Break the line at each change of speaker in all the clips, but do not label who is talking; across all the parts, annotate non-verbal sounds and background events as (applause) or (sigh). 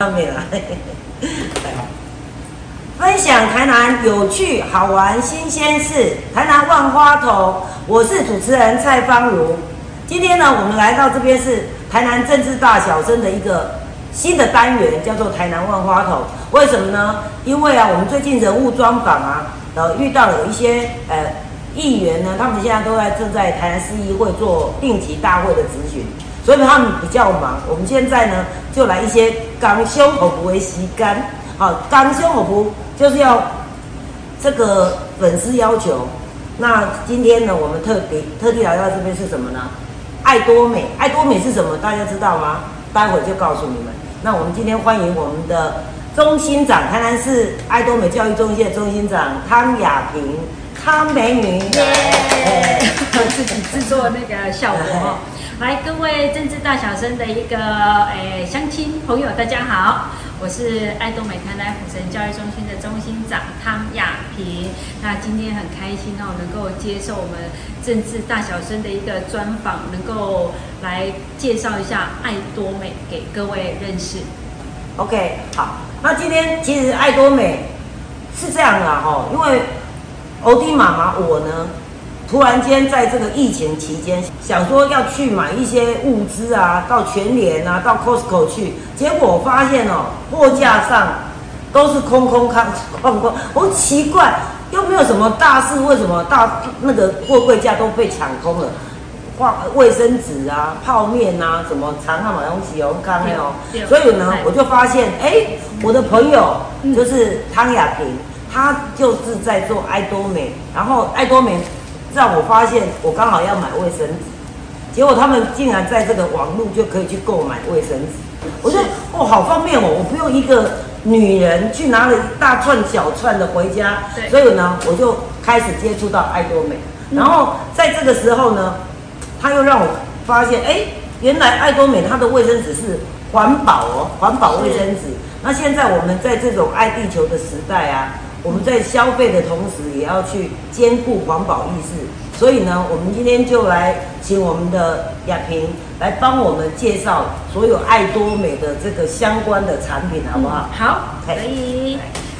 上面来。 (laughs) 分享台南有趣、好玩、新鲜事，台南万花筒。我是主持人蔡芳如。今天呢，我们来到这边是台南政治大小生的一个新的单元，叫做台南万花筒。为什么呢？因为啊，我们最近人物专访啊，呃，遇到了有一些呃议员呢，他们现在都在正在台南市议会做定期大会的咨询，所以他们比较忙。我们现在呢，就来一些港胸口服为吸干，好，港胸口服就是要这个粉丝要求。那今天呢，我们特别特地来到这边是什么呢？爱多美，爱多美是什么？大家知道吗？待会就告诉你们。那我们今天欢迎我们的中心长，台南市爱多美教育中心的中心长汤雅萍，汤美女。
耶！我自己制作那个效果哦。来，各位政治大小生的一个诶乡亲朋友，大家好，我是爱多美台南府城教育中心的中心长汤雅萍。那今天很开心哦，能够接受我们政治大小生的一个专访，能够来介绍一下爱多美给各位认识。
OK，好，那今天其实爱多美是这样的哈、因为欧弟妈妈我呢，突然间在这个疫情期间，想说要去买一些物资啊，到全联啊，到 Costco 去，结果我发现哦，货架上都是空空空空空，我奇怪，又没有什么大事，为什么大那个货柜架都被抢空了？哇，卫生纸啊、泡面啊，什么长汉马东西哦，看没有？
对
所以呢
对，
我就发现，哎、我的朋友就是汤雅萍，她就是在做爱多美，然后爱多美让我发现，我刚好要买卫生纸，结果他们竟然在这个网络就可以去购买卫生纸，我说
是
哦，好方便哦，我不用一个女人去拿了一大串小串的回家，
对
所以呢，我就开始接触到爱多美，然后在这个时候呢，他又让我发现，哎，原来爱多美它的卫生纸是环保哦，环保卫生纸。那现在我们在这种爱地球的时代啊，我们在消费的同时，也要去兼顾环保意识。所以呢，我们今天就来请我们的亚萍来帮我们介绍所有爱多美的这个相关的产
嗯
品，好不好？
好，
嘿
可以。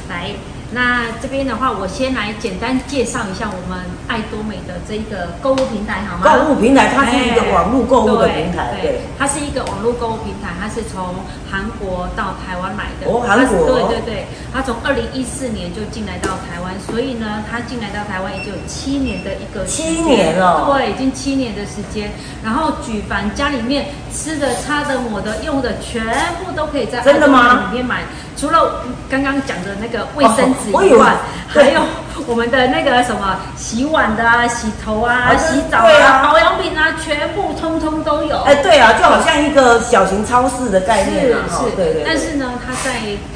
来，那这边的话，我先来简单介绍一下我们爱多美的这一个购物平台，好吗？
购物平台它是一个网络购物的平台，
哎对
对
对。，它是一个网络购物平台，它是从韩国到台湾来的。
哦韩国
它是对对对，它从二零一四年就进来到台湾，所以呢，它进来到台湾已经有七年的一个时间
七年哦了
对，已经七年的时间。然后举凡家里面吃的、擦的、抹的、用的，全部都可以在
真的吗
爱多美里面买，除了刚刚讲的那个卫生纸
哦我以
以
为
外，
对
还有我们的那个什么洗碗的啊、洗头啊、
啊对
洗澡
对啊
啊、保养品啊，全部通通都有。
哎，对啊，就好像一个小型超市的概念啊，哈
是是，
对对对。
哦但是呢，它在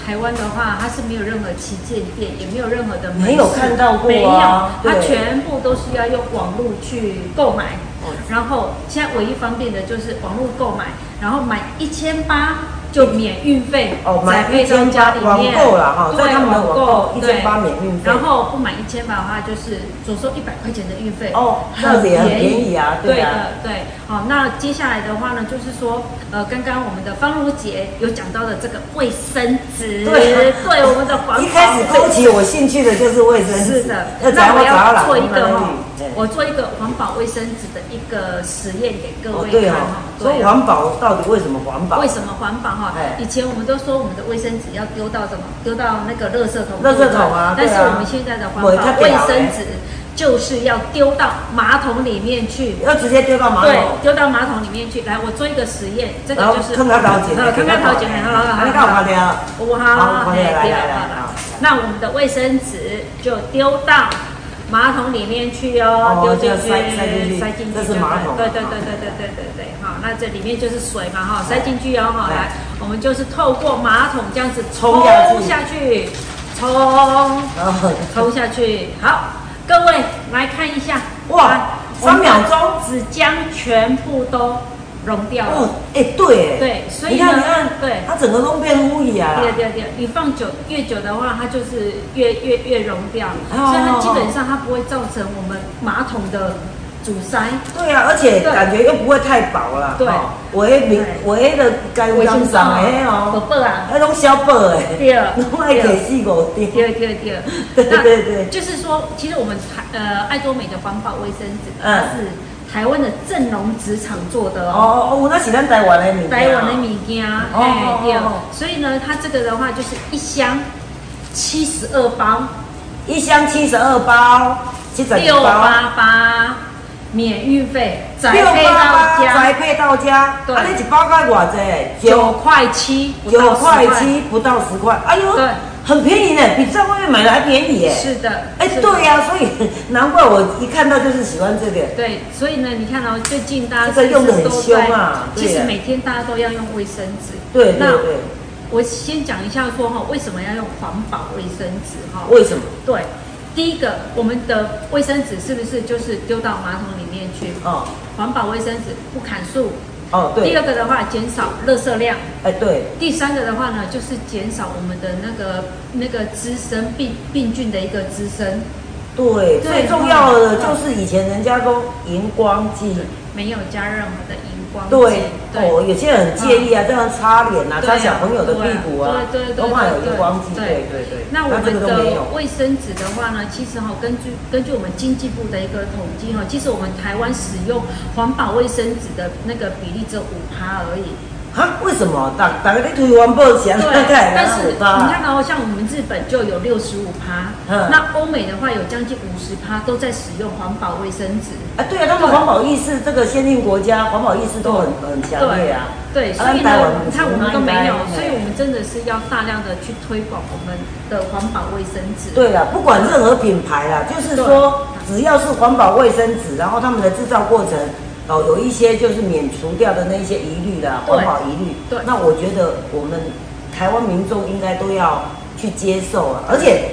台湾的话，它是没有任何旗舰店，也没有任何的门市
没有看到过啊
没有，它
对
全部都是要用网络去购买。
哦
然后现在唯一方便的就是网络购买，然后满一千八就免运费，
哦
宅
满
配到家里
网
面
购啦哈
对
所以他们的网购
网对
1800免运费
然后不满一千八的话，就是总收一百块钱的运费
哦那也很便宜啊对
对
啊
的，对，好，那接下来的话呢，就是说，呃，刚刚我们的方如姐有讲到的这个卫生纸，
对啊
对，我们的环保
一开始勾起我兴趣的就是卫生纸，
是的，
那只要
那我
我找到
要
老
做一
公在
个
那
哈
里，嗯对，
我做一个环保卫生纸的一个实验给各
哦
位
对
看
哦
哈，，
所以
对
环保到底为什么环保
为？什么环保哈
哎？
以前我们都说我们的卫生纸要丢到什么？丢到那个垃圾桶。
垃圾桶啊
对不对但是
对啊
我们现在的环
没看
保
到
卫
欸
生纸就是要丢到马桶里面去。
要直接丢到马桶
对，，丢到马桶里面去。来，我做一个实验，这个
然后
就是
坑他倒姐，
呃坑他倒姐，好好好，
你看我看的，
我
好
好，
看
好
的，来
对
来来
好
来
了，
好
那我们的卫生纸就丢到马桶里面去
哦
哦，丢进
这
去，
样塞塞进去
塞进去，
这是马桶
对对对对对对对对，好，那这里面就是水嘛哈，塞进去哦哈，
哎
来，我们就是透过马桶这样子
冲
冲
下去
下去，冲
然后
冲下去，好，各位来看一下，
哇
来，
三秒钟，
纸浆全部都融掉了。
哦，哎对，
对所以
你看
呢
你看，
对
它整个都变乌蚁啊，
对对对，你放久越久的话，它就是越越越溶掉，
哦
所以它基本上它不会造成我们马桶的阻塞，
对啊，而且
对
感觉又不会太薄啦。
对
哦，我迄明
对
我迄个该有张上
哦
诶
宝
哦，
宝啊，
迄拢小宝诶， (laughs)
对
拢爱摕四五张。
第二第二第二，
(laughs) 对
那
对对
就是说，其实我们台呃爱多美的环保卫生纸，它
嗯
是台湾的正龙纸厂做
哦
的哦。
哦，有那是咱台湾诶物件。
台湾的米件，
哦
哎
哦，
对
哦，
所以呢，它这个的话就是一箱七十二包，
一箱七十二包，七十二
六
包，
八八免运费，宅
六
配
八
到
八宅
家
配到家。
对
啊，你一包该偌济？
九块七，不
九
到十
块七，不到十块。哎呦
对，
很便宜呢，比在外面买的还便宜耶。
是的，
哎，
是的
对呀，所以难怪我一看到就是喜欢这个。
对，所以呢，你看哦，最近大家
这个用得很
其实都
凶啊
在其
对
实
啊
每天大家都要用卫生纸。
对对
那
对，
我先讲一下说哈，为什么要用环保卫生纸哈？
为什么？
对，第一个，我们的卫生纸是不是就是丢到马桶里面去？
哦
环保卫生纸不砍树。
哦，
第
对，
二个的话，减少垃圾量。
哎对，
第三个的话呢，就是减少我们的那个那个滋生病病菌的一个滋生。
对，
对
最重要的就是以前人家都荧光剂，
没有加任何的荧光剂。
对，哦，有些人很介意啊，这样擦脸啊，
嗯对啊
擦小朋友的屁股啊，
对对对对
都怕有荧光剂，
对
对对对，啊
那我
这
们
个都没
的
有，
卫生纸的话呢，其实哈、根据根据我们经济部的一个统计哈、其实我们台湾使用环保卫生纸的那个比例只有五趴
(laughs)
而已。
哈，为什么？打打个你推完报纸，啊 (laughs)
对，但是你看
吧，
到、像我们日本就有六十五趴，
嗯
那欧美的话有将近五十趴都在使用环保卫生纸。
啊，对啊，他们环保意识，这个先进国家环保意识都很很强烈啊，
对，
啊
所以
咱
呢
台湾，
你看我们都
应
没
该
有，
嘿
所以我们真的是要大量的去推广我们的环保卫生纸。
对啦，不管任何品牌啦，就是说只要是环保卫生纸，然后他们的制造过程哦有一些就是免除掉的那一些疑虑啦，
对
环保疑虑。
对
那我觉得我们台湾民众应该都要去接受啊，而且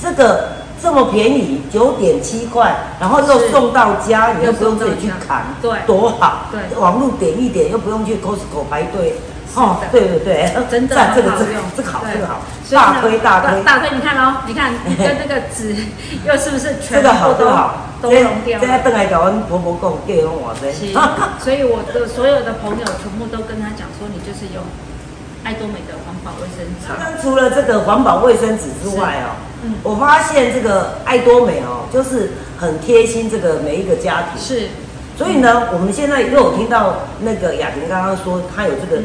这个这么便宜，九点七块，然后又
是
送到家，你又
又
不用自己
送到
去
家
扛，
对
多好。
对
网络点一点，又不用去 Costco 排队。
是
哦
的，
对对对，
真的
(laughs) 赞这个
很好
这个
用，
这个好，
对
这个好，
所以呢
大推大推。
大推！你看哦，你看你跟那个纸 (laughs) 又是不是
这
全部
个好，这
都
个好，
都融掉
这这
了？
等来甲阮婆婆讲，叫伊讲换
(laughs) 是
这。
所以我的所有的朋友全部都跟他讲说，你就是用爱多美的环保卫生纸。
那除了这个环保卫生纸之外哦，
嗯
我发现这个爱多美哦，就是很贴心这个每一个家庭。
是，
所以呢，我们现在又有听到那个雅婷刚刚说，她有这个
嗯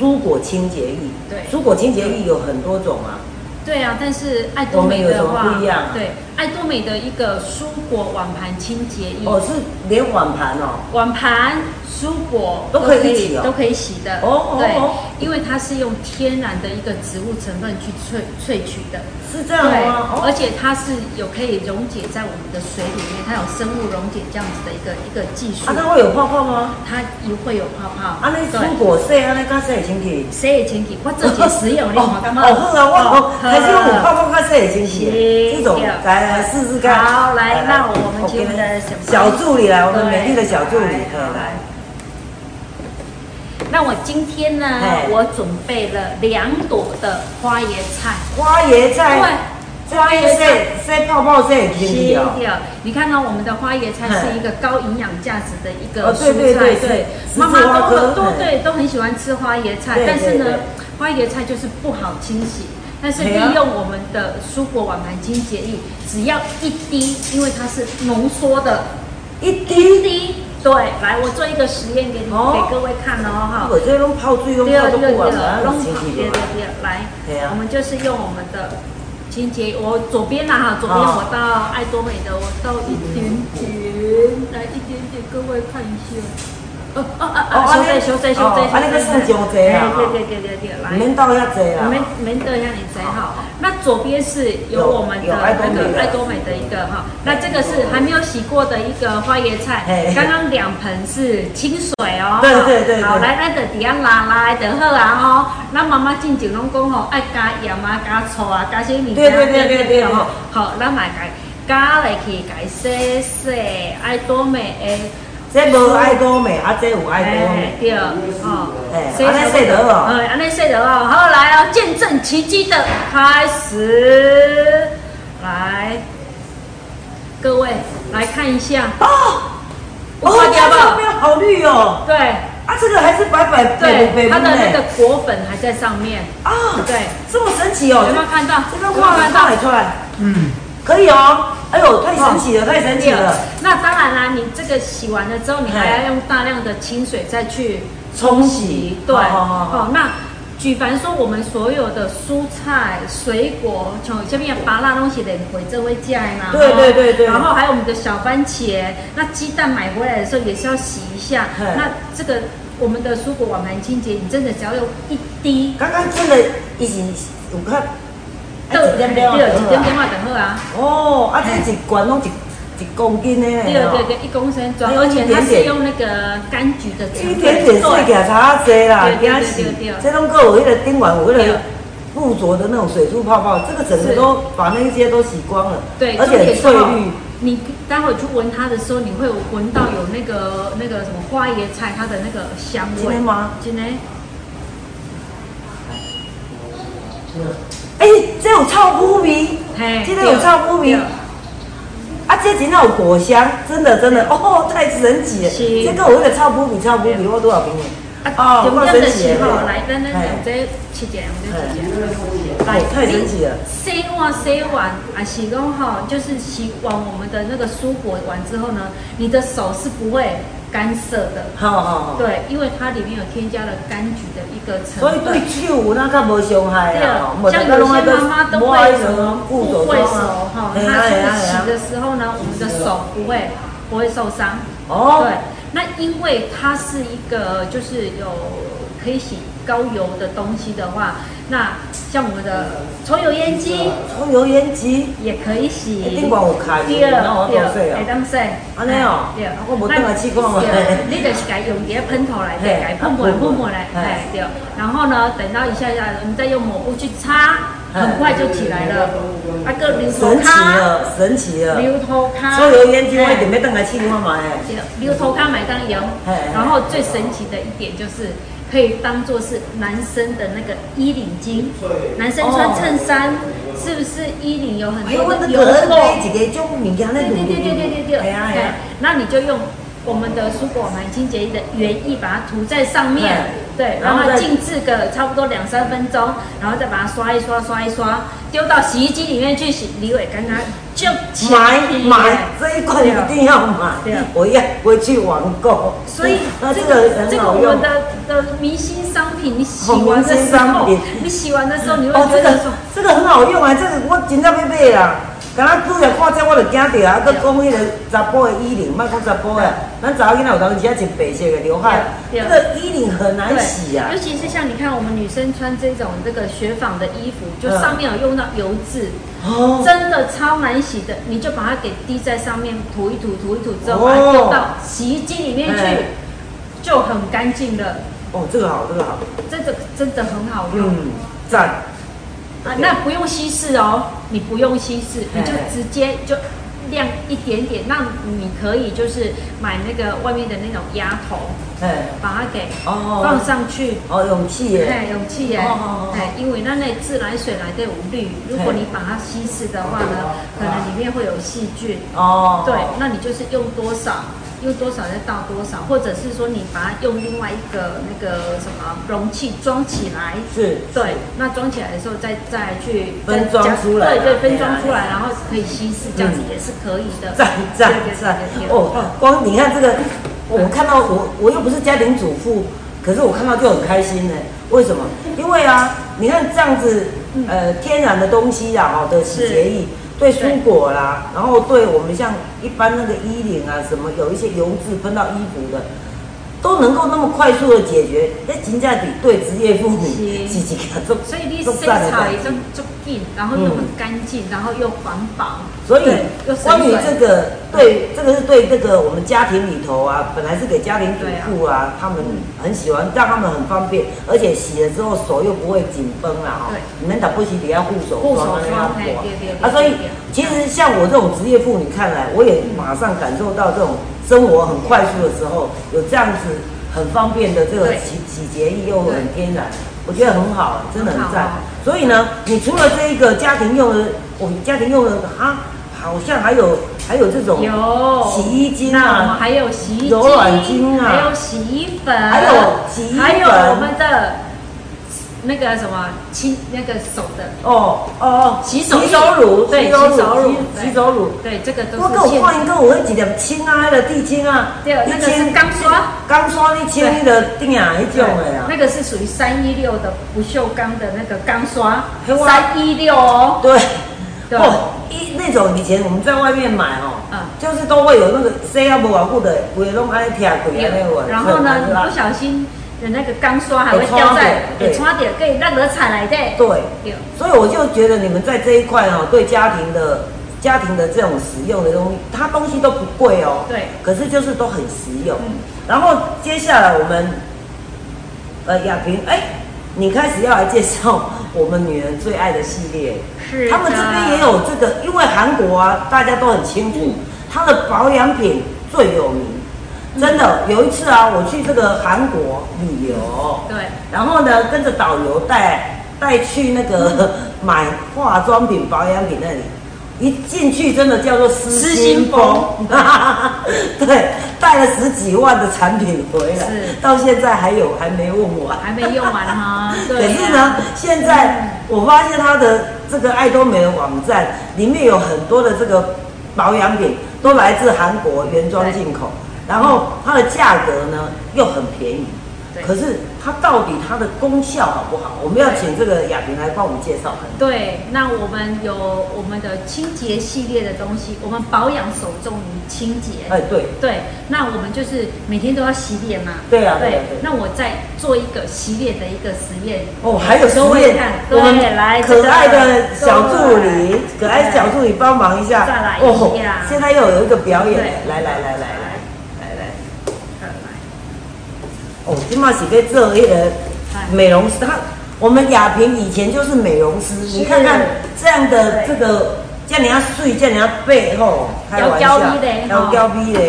蔬果清洁液。
对
蔬果清洁液有很多种啊。
对啊，但是爱多美
我们
的
有什
话
么不一样啊，
对，爱多美的一个蔬果碗盘清洁液，
哦，是连碗盘哦。
碗盘、蔬果
都可以一起哦
都可以洗的。
哦哦
对
哦，
因为它是用天然的一个植物成分去萃萃取的，
是这样吗？哦
而且它是有可以溶解在我们的水里面，它有生物溶解这样子的一个一个技术。
啊，它会有泡泡吗？
它也会有泡泡。
啊，那
对
蔬果水，啊，那刚才已经去。
谁也前提，我自己使用，
(laughs)
你
哦
好干嘛？
哦，好啊，我我还是用我泡
好
泡看这也行行，这种
对
来来试试看。
好来那我们请我们的小
小助理来，我们美丽的小助理
对
对来。
那我今天呢
哎，
我准备了两朵的花椰菜，
花椰
对，
菜，花椰菜，这泡泡这也行
切
哦。
掉。你看到我们的花椰菜
哎
是一个高营养价值的一
哦
个
对
蔬
对对
菜，
是
对，
十字
妈妈
花
都
科
很都
哎
对都很喜欢吃花椰菜
对，
但是呢
对对，
花椰菜就是不好清洗。但是
哎
利
呀
用我们的蔬果碗盘清洁液，只要一滴，因为它是浓缩的，
一
一
滴，
滴。对，来，我做一个实验给你、
哦
给各位看哦，哈。
我这拢泡水，拢
第
泡
二
都
第二
不完
第
了，
二，
拢
弄
清
好，
洗
第二
了。
第二，来
对啊，
我们就是用我们的清洁，我左边啦哈，左边
哦
我到爱多美的，我到一点点，来一点点，各位看一下。哦哦哦
哦
哦，
安
修
尼
正修正修
哦
正，
安尼个算啊上多啦
哎
哈
对对对对对，来
你，们倒遐济
我
啦
们，我们等一下你摘
啊好
好。那左边是有
有
我们的
有爱多
那
美的
个爱多美的一个哈，那这个是还没有洗过的一个花椰菜
嘿，
刚刚两盆是清水哦。
对对对对
好，来咱就底下拉拉就好啊哦。咱妈妈进前拢讲吼，爱加盐啊，加醋啊，加些物件。
对对对对对
吼。好，咱买改加落去改洗洗爱多美的。
这无爱多美，啊这有爱多
哎
美，，
对，哦，
哎安尼洗就好哦
哎，安内睡得哦，好来哦，见证奇迹的开始，来，各位来看一下，
哦，
我花掉
这
吧
个。面好绿哦，
对
啊，这个还是白白北北
对，
北
它
部
的那个
呢
果粉还在上面，
啊，
对，
这么神奇
有没有
哦，
看到？
这
有
个
没有
画
看
面
到
画？出来
嗯，
可以哦，哎呦，太神奇
哦
了，太神奇了，
那当然啦，你这个洗完了之后，你还要用大量的清水再去
冲洗
对，
哦
哦
哦哦
那举凡说我们所有的蔬菜、水果，从下面拔拉东西的回这会酱嘛，
对
哦
对对对
然后还有我们的小番茄，那鸡蛋买回来的时候也是要洗一下
嘿。
那这个我们的蔬果网盘清洁，你真的只要用一滴。
刚刚真的已经有看，啊一点点
哎对，一点
啊，
点话等会啊，
哦，啊，这一罐拢一一公斤的呢，
对对对，一公升装，
哎哦还有
而且它
一点
是
点
用那个柑橘的成
一
分，
点点水
对
加差多啦，
对对
惊
对
死
对对！
这拢够有迄个顶管有迄
对
个附着的那种水珠泡泡，这个整个
是
都把那一些都洗光了，
对，
而且很翠
重
绿
点是哦。你待会去闻它的时候，你会闻到有那个那个什么花椰菜它的那个香味。
今天吗？
今天
哎，这有臭扑鼻，
嘿
今天有臭扑鼻
对
啊，这真的有果香，真的真的，哦，太神奇了！
是
这个有那个臭扑鼻，臭扑鼻，我多少瓶哦
啊，有这样的时
够
候，来，咱咱
哎
咱再吃一下，我们再吃一下。
哎太神奇了！
洗碗洗碗啊，洗工哈，就是洗完我们的那个蔬果完之后呢，你的手是不会干涩的。
好好好，
对，因为它里面有添加了柑橘的一个成分。
所以对手有那较无伤害
对
啊，
了，像有些妈妈都
抹
会
一
什么
层
不
护手
会
霜
手
啊
哈，
嘿
它
啊嘿啊
就是
嘿啊
洗的时候呢，我们的手不会不会受伤。
哦
对，，那因为它是一个就是有可以洗高油的东西的话，那像我们的抽油烟机
抽油烟机。
也可以洗。
一定哎有开的
对
那我
对
多洗哦
会当洗。哎
安尼哦
对
啊我无等下试看嘛
对你就是该用一个喷头来，对，
嘿
该喷过来
啊喷
喷过来，
嘿
哎，对。然后呢，等到一下下，我们再用抹布去擦，
嘿
很快就起来了。啊，个流头
神奇哦
卡，
了，神奇了！
流哎头卡，
抽油烟机我一定
嘿
要等来试看嘛诶。
对流头卡买当油
嘿嘿，
然后最神奇的一点就是。可以当做是男生的那个衣领巾，男生穿
哦
衬衫，是不是衣领有很
哎，
多
我
的
那
油
个人
垢？
买一个种物件，那
对对对对对对对，
哎呀哎
对
呀，，
那你就用我们的蔬果环清洁液的原液把它涂在上面，对，
然
然
后
后
再
静置个差不多两三分钟，然后再把它刷一刷刷一刷，丢到洗衣机里面去洗，李伟刚刚就起
买
皮
买这一罐一定要买
对啊，
我要回去网购。
所以
那
这
这
个
个很
这个
好
我
用
们。的的明星商品，你洗完的
哦明
时候
星商品，
你洗完的时候，你会
哦，这
觉得
个
说，
这个很好用啊，这个我真正要买啊啦。敢若拄着看这，我就惊着啊！搁讲迄个查甫的衣领，莫讲查甫的，咱查某囡仔有当时啊一白色的刘海，
啊对啊
那
对
个衣领很难
对，
洗啊
尤。其是像你看我们女生穿这种这个雪纺的衣服，就
嗯
上面有用到油渍。
哦，
真的超难洗的，你就把它给滴在上面，涂一涂，涂一涂之后，
哦
把它丢到洗衣机里面
哎
去，就很干净了。
哦，这个好，这个好，
这个真的很好用、
嗯，赞。
啊！那不用稀释哦，你不用稀释，
哎
你就直接就晾一点点，那你可以就是买那个外面的那种鸭头，
哎，
把它给
哦
放上去。
哦，勇气耶，
对，勇气耶
哦哦哦，
哎，因为那那自来水来的无氯，如果你把它稀释的话呢，可能里面会有细菌，
哦，
对，那你就是用多少，用多少再倒多少，或者是说你把它用另外一个那个什么容器装起来。
是，
对，那装起来的时候再再去
分
再
装
加
出来
对对，分
哎呀
装出
哎
来，
呀
然后可以稀释，这样子
嗯
也是可以的。
赞赞
对
赞，
对对对对
哦，光你看这个，我看到我我又不是家庭主妇，可是我看到就很开心呢。为什么？因为啊，你看这样子，
嗯
呃，天然的东西啊，好的洗洁液，对蔬果啦，然后对我们像一般那个衣领啊什么，有一些油脂喷到衣服的。都能够那么快速的解决，那金价比对职业妇女
是
自己个都
所以你
都
生
赞的
草
感
也
觉
就就硬，然后又很干净，然后又环保，
嗯所以
对又省
关于
水。嗯
这个，对这个是对这个我们家庭里头啊，本来是给家庭主妇啊，他们很喜欢，让他们很方便，而且洗了之后手又不会紧绷啦哈
对。
你们打不起底下护手
护手
霜
霜
那样
嘿
抹
对对对
啊，所以
对嗯对
其实像我这种职业妇女看来，我也马上感受到这种生活很快速的时候，有这样子很方便的这个
对
洗洗洁液又很
对
天然，我觉得很好，真的很
很
赞
好哦。
所以呢，你除了这一个家庭用的，我们家庭用的啊，好像还有还有这种
有
洗衣精
那我们
啊，
还有洗衣机
柔软巾啊
还有洗衣粉，
还有洗衣粉
还有我们的那个什么清那个手的，
哦哦哦，
洗手液
乳，
对
洗手
洗手乳
乳，
对
洗洗手乳。
对，这个都
我
是
跟我
现
换一个，我一点清啊，迄个地清啊，
对那个是钢刷，
钢刷你清迄个定啊，迄种的
那
啊。
个是属于三一六的不锈钢的那个钢刷
嘿，哇
三一六哦，
对，
对
哦，一那种以前我们在外面买哦
嗯，
就是都会有那个塞啊不牢固的，不会弄安尼拆开安尼有啊。
然后呢，
是
你
吧
不小心的那个钢刷还会掉在，
会
会
戳
穿点，可以让人踩来的。
对，
对
所以我就觉得你们在这一块哦，对家庭的家庭的这种实用的东西，它东西都不贵哦。
对。
可是就是都很实用。
嗯
然后接下来我们，呃，雅萍，哎，你开始要来介绍 (laughs) 我们女人最爱的系列。
是啊
他们这边也
的。
有这个，因为韩国啊，大家都很清楚，
嗯
它的保养品最有名。真的，有一次啊，我去这个韩国旅游，
嗯对，
然后呢，跟着导游带带去那
嗯
个买化妆品、保养品那里，一进去真的叫做失
失心疯
(laughs) 对，带了十几万的产品回来
是，
到现在还有还没用完。
还没用完哈。
(laughs) 可
对啊
是呢，现在我发现它的这个爱多美的网站里面有很多的这个保养品都来自韩国原装进口，然后它的价格呢又很便宜。
对
可是它到底它的功效好不好？我们要请这个雅萍来帮我们介绍。
对，那我们有我们的清洁系列的东西，我们保养首重于清洁。
哎，对，
对，那我们就是每天都要洗脸嘛。
对啊对啊对
那我再做一个洗脸的一个实验。
哦，还有实
各位
验
看，，
我们
对，来这
可
个
爱的小助
对
理，可爱小助理帮忙一下。
再来一下
哦，现在又有一个表演
对，
来来来来来来来。
来
哦，今嘛是在做那个美容师，他我们雅萍以前就是美容师，
是
你看看这样的这个，叫人家睡，叫人家背后，开玩笑，
摇娇美嘞
摇娇逼
(laughs)
嘞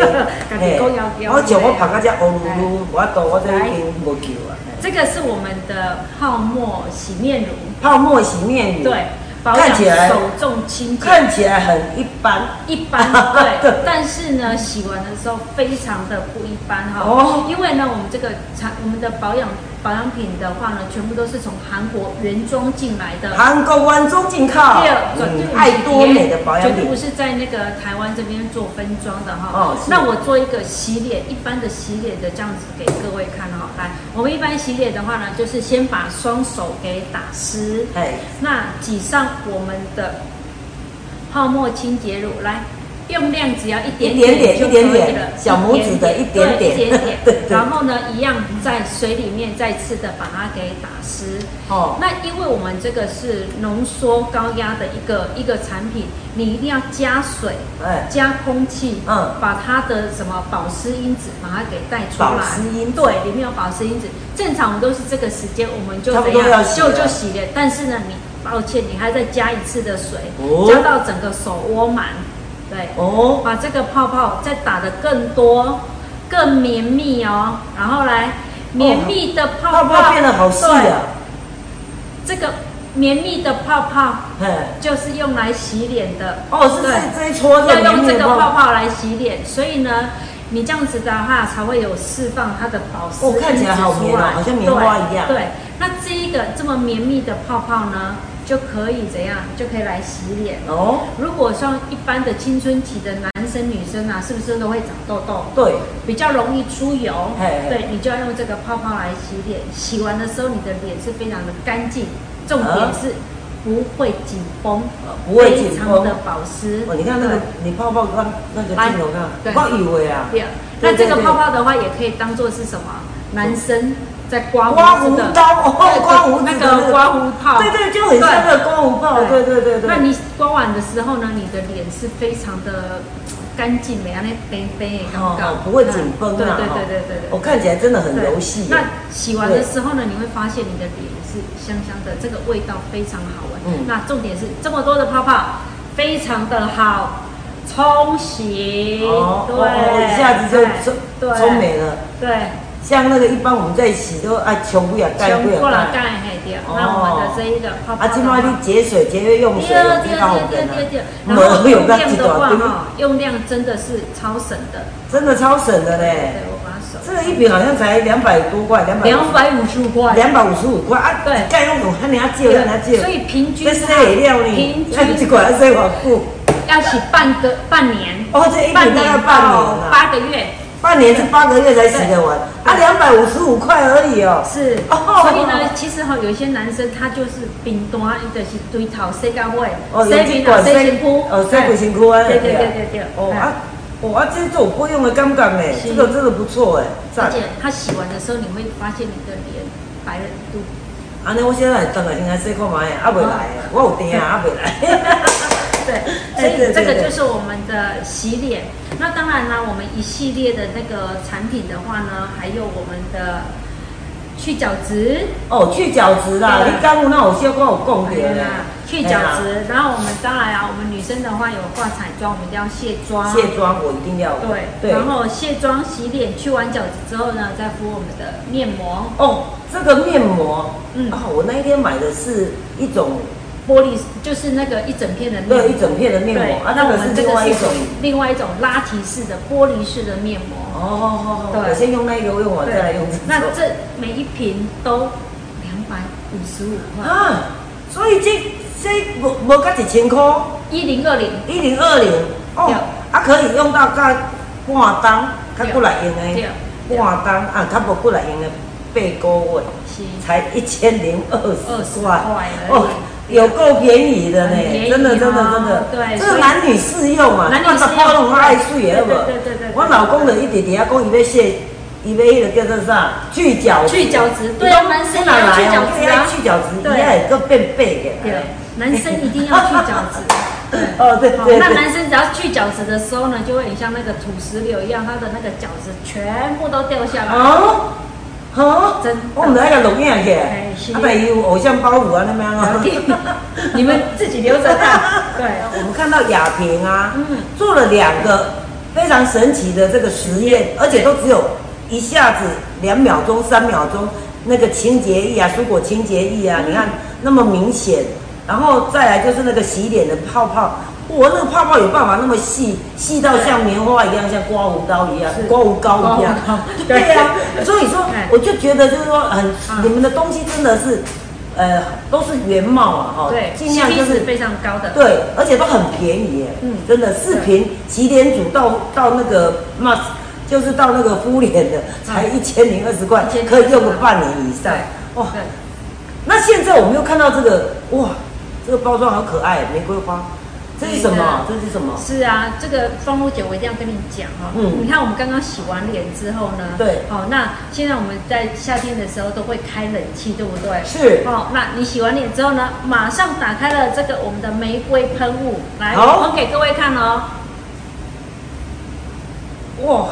自己讲摇娇美
我就我旁个只乌噜噜，我到我这已经无救啊。
这个是我们的泡沫洗面乳，
泡沫洗面乳，
对，保
看
养
起来
首重清洁。
看起来很一般，
一般
对
对，但是呢，洗完的时候非常的不一般哈、
哦
因为呢，我们这个产我们的保养保养品的话呢，全部都是从韩国原装进来的。
韩国湾中进口
第二，，
嗯
对
爱多美的保养
绝对不
品，
是在那个台湾这边做分装的哈、
哦是
那我做一个洗脸，一般的洗脸的这样子给各位看哈、来，我们一般洗脸的话呢，就是先把双手给打湿，
哎，
那挤上我们的泡沫清洁乳来，用量只要一点
一点点
就
一点
可以
点
了
小拇指的
一
一点点
对
对
一点
(laughs) 对
点。然后呢，一样在水里面再次的把它给打湿。
哦，
那因为我们这个是浓缩高压的一个一个产品，你一定要加水。
哎，
加空气，
嗯
把它的什么保湿因子把它给带出来，
保湿因子
对，里面有保湿因子。正常我们都是这个时间，我们就
差不多
怎样
要洗
就
了
就洗脸，但是呢，你抱歉，你还再加一次的水，
哦
加到整个手窝满，对，
哦，
把这个泡泡再打得更多、更绵密哦，然后来绵密的泡泡,、
泡泡变得好细啊，
对，这个绵密的泡泡
哎。
就是用来洗脸的
哦，是
对
这这一撮
要用
里
这
面
个
有没有
泡泡来洗脸，所以呢，你这样子的话才会有释放它的保湿因
哦
子出来。
看起来好绵哦好像棉花一样
对，对那这一个这么绵密的泡泡呢，就可以怎样？就可以来洗脸。
哦，
如果像一般的青春期的男生女生啊，是不是都会长痘痘？
对，
比较容易出油
嘿嘿，
对你就要用这个泡泡来洗脸。洗完的时候，你的脸是非常的干净，重
啊
点是不会紧绷，
不会紧
非常
绷
的。保湿。
哦，你看那个
对
你泡泡刚那个镜头看，
对
我以为啊，
对啊，
对
那这个
对对
泡泡的话，也可以当做是什么？男生在刮
刮
胡
胡
子的，
刀哦，
对
刮胡子
那
的
个刮胡泡，
对对，就很像那个刮胡泡，对对对对。
那你刮完的时候呢，你的脸是非常的干净的，那白白的感觉
哦，不会紧绷啊
对对
哦
对对对对。
我看起来真的很
对
柔细耶，
那洗完的时候呢，你会发现你的脸是香香的，这个味道非常好闻。
嗯
那重点是这么多的泡泡，非常的好冲洗。
哦，哦
对，
哦一下子就
对
充充。美了。
对，
像那个一般我们在洗都啊穷不了盖
全
不
部
了
了
盖。
盖嘿掉。
哦
那我们的这一个泡泡
啊，
的
今
话
晚你节水节约用水，
对啊
有
对
地
啊
方
对
等
啊
啊
对啊对啊，然后
没有
用
那
量
几
的话
大
哈，用量真的是超省的。
真的超省的
对
嘞。，
我把它手
这个一瓶好像才两百多块，两百
两百五十五块。
两百五十五块啊！
对
盖那种还你要借，
对
人家借，
所以平均
这是饮料呢
平，
那你一
均
管要多少付？
要洗半个半年，
哦，这一
半
瓶大
年哦
概半年
到
啊，
八个月
半年是八个月才洗得完啊，两百五十五块而已哦。
是。
哦
所以呢，其实哈，有一些男生他就是冰端，伊就是对头洗到尾，
哦，有
洗
几
面
款
洗身躯，
哦，洗不
哎
辛苦啊，
啊对对
啊
对对对，
哦
哎
啊，哦啊，这种不用的感觉哎，这
是
个真的不错哎，
而
赞。
且他洗完的时候，你会发现你的脸白了一度。
安尼我现在等来应该洗看卖，啊未来，我有订啊，啊未来。
(laughs) 对，所
对哎对
以这
对
个
对
就是我们的洗脸。那当然啦，我们一系列的那个产品的话呢，还有我们的去角质，
哦，去角质啦，
对啊
你刚有那有小可有讲哎到
对
呢
啦，去角质。然后我们当然啊，我们女生的话有化彩妆，我们一定要卸妆。
卸妆我一定要有
啊对，
对。
然后卸妆、洗脸，去完角质之后呢，再敷我们的面膜，
哦，这个面膜，嗯，
嗯
啊，我那一天买的是一种，
玻璃就是那个一整片的面
对，
膜
一。整片的面
对
膜，啊，，那
那我
个是
们这
另
个
外一
是属
种。
于另外一种拉提式的玻璃式的面膜。
哦哦哦，
对
我先用那个，用完再来用这
那
个。
这每一瓶都两百五十五块，
啊，所以这这无无甲一千块，
一零二零。
一零二零，
对
哦，啊，可以用到甲半冬，较过来用
对
的，半冬啊，较无过来用的八个月。
是
才一千零二十
20
块
块而已
哦，有够便宜的呢
很便，宜
真的
哦
真的真的，
对
这
所
个
以
男女适用啊，
男女适用
我拢爱水的，好不好？
对对对对对
我老公的一直底下讲，伊要卸，伊要迄个叫做啥？去角质
去角质对啊男生也要去角质啊
伊要去角质，
对
伊还个变白的
对，男生一定要去角质。对
哦 (laughs) 对
好
对
那
对
男生只要去角质的时候呢，就会很像那个土石流一样，他的那个角质全部都掉下来。
哦，好，
真的
我们来个录影去，
哎是
啊，但伊有偶像包袱啊，那么样啊。
(laughs) 你们自己留着看。
(laughs)
对，
我们看到雅萍啊，
嗯
做了两个非常神奇的这个实验，而且都只有一下子两秒钟、三秒钟，那个清洁液啊，蔬果清洁液
嗯
啊，你看那么明显，然后再来就是那个洗脸的泡泡。哇，那个泡泡有办法那么细，细到像棉花一样，像刮胡刀一样
是，
刮胡膏一样
刮胡刀。
对呀、所以说
哎，
我就觉得就是说，很
嗯
你们的东西真的是，呃，都是原貌啊，哈，
对
尽量
，CP
就
值
是
非常高的。
对，而且都很便宜耶，
嗯
真的四瓶洗脸组到到那个 mask，就是到那个敷脸
嗯
的，才一千零二十块，
1020
可以用个半年以上。哇，
对
那现在我们又看到这个，哇，这个包装好可爱，玫瑰花，这是什么？这是什么？
是啊，这个芳露姐，我一定要跟你讲哦。
嗯
你看我们刚刚洗完脸之后呢，
对
哦，那现在我们在夏天的时候都会开冷气，对不对？
是
哦，那你洗完脸之后呢，马上打开了这个我们的玫瑰喷雾，来，
好
我给各位看哦，
哇，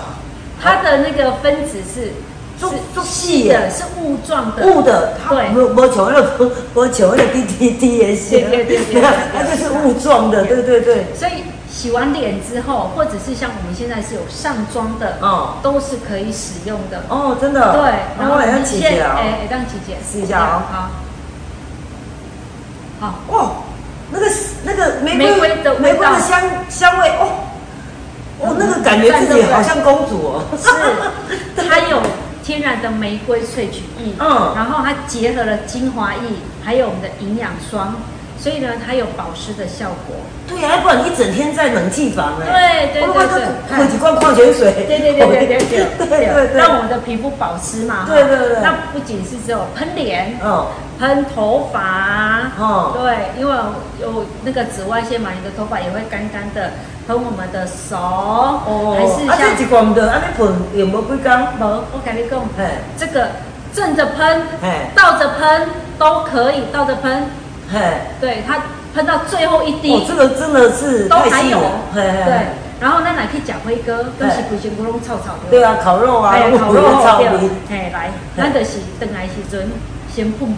它的那个分子是
这
是
这
细的，是雾状的。
雾的，它
对
没有没有 (laughs) 求那个没有求那个滴滴滴眼线，
对对对对对
(laughs) 它就是雾状的，对对对，
所以洗完脸之后，或者是像我们现在是有上妆的，
哦
都是可以使用的。
哦，真的，
对，
然后好像
你
姐姐
先
啊。
哎，哎让姐姐
试一下哦
对好，好，
哇，哦那个那个玫瑰
玫瑰的味道
玫瑰的香香味哦，哦，
嗯
那个感觉自己好像公主哦， (laughs)
是它有天然的玫瑰萃取液，
嗯
然后它结合了精华液，还有我们的营养霜，所以呢，它有保湿的效果。
对呀、要不然一整天在冷气房哎，
对对对
我
对
都喝几罐矿泉水，
对对对对对对
(laughs) 对对对，
让我们的皮肤保湿嘛。哈
对对对
那不仅是只有喷脸，
嗯
喷头发，
哦
对，因为有那个紫外线嘛，你的头发也会干干的。喷我们的手，
哦，
还是
啊这
像
一罐的，啊那盆有没有几缸？
无，我跟你讲，
嘿，
这个正着喷
嘿，
倒着喷都可以，倒着喷，
嘿，
对，它喷到最后一滴
哦，这个真的是
都
太
还
吸引
有
了，，嘿嘿，
对
嘿。
然后咱来去吃辉哥，跟
嘿
是规身骨拢臭臭的。
对啊，烤肉啊，
哎，
我
烤
不
肉
会炒
对
面，，
哎，来，咱就是等来时阵先喷喷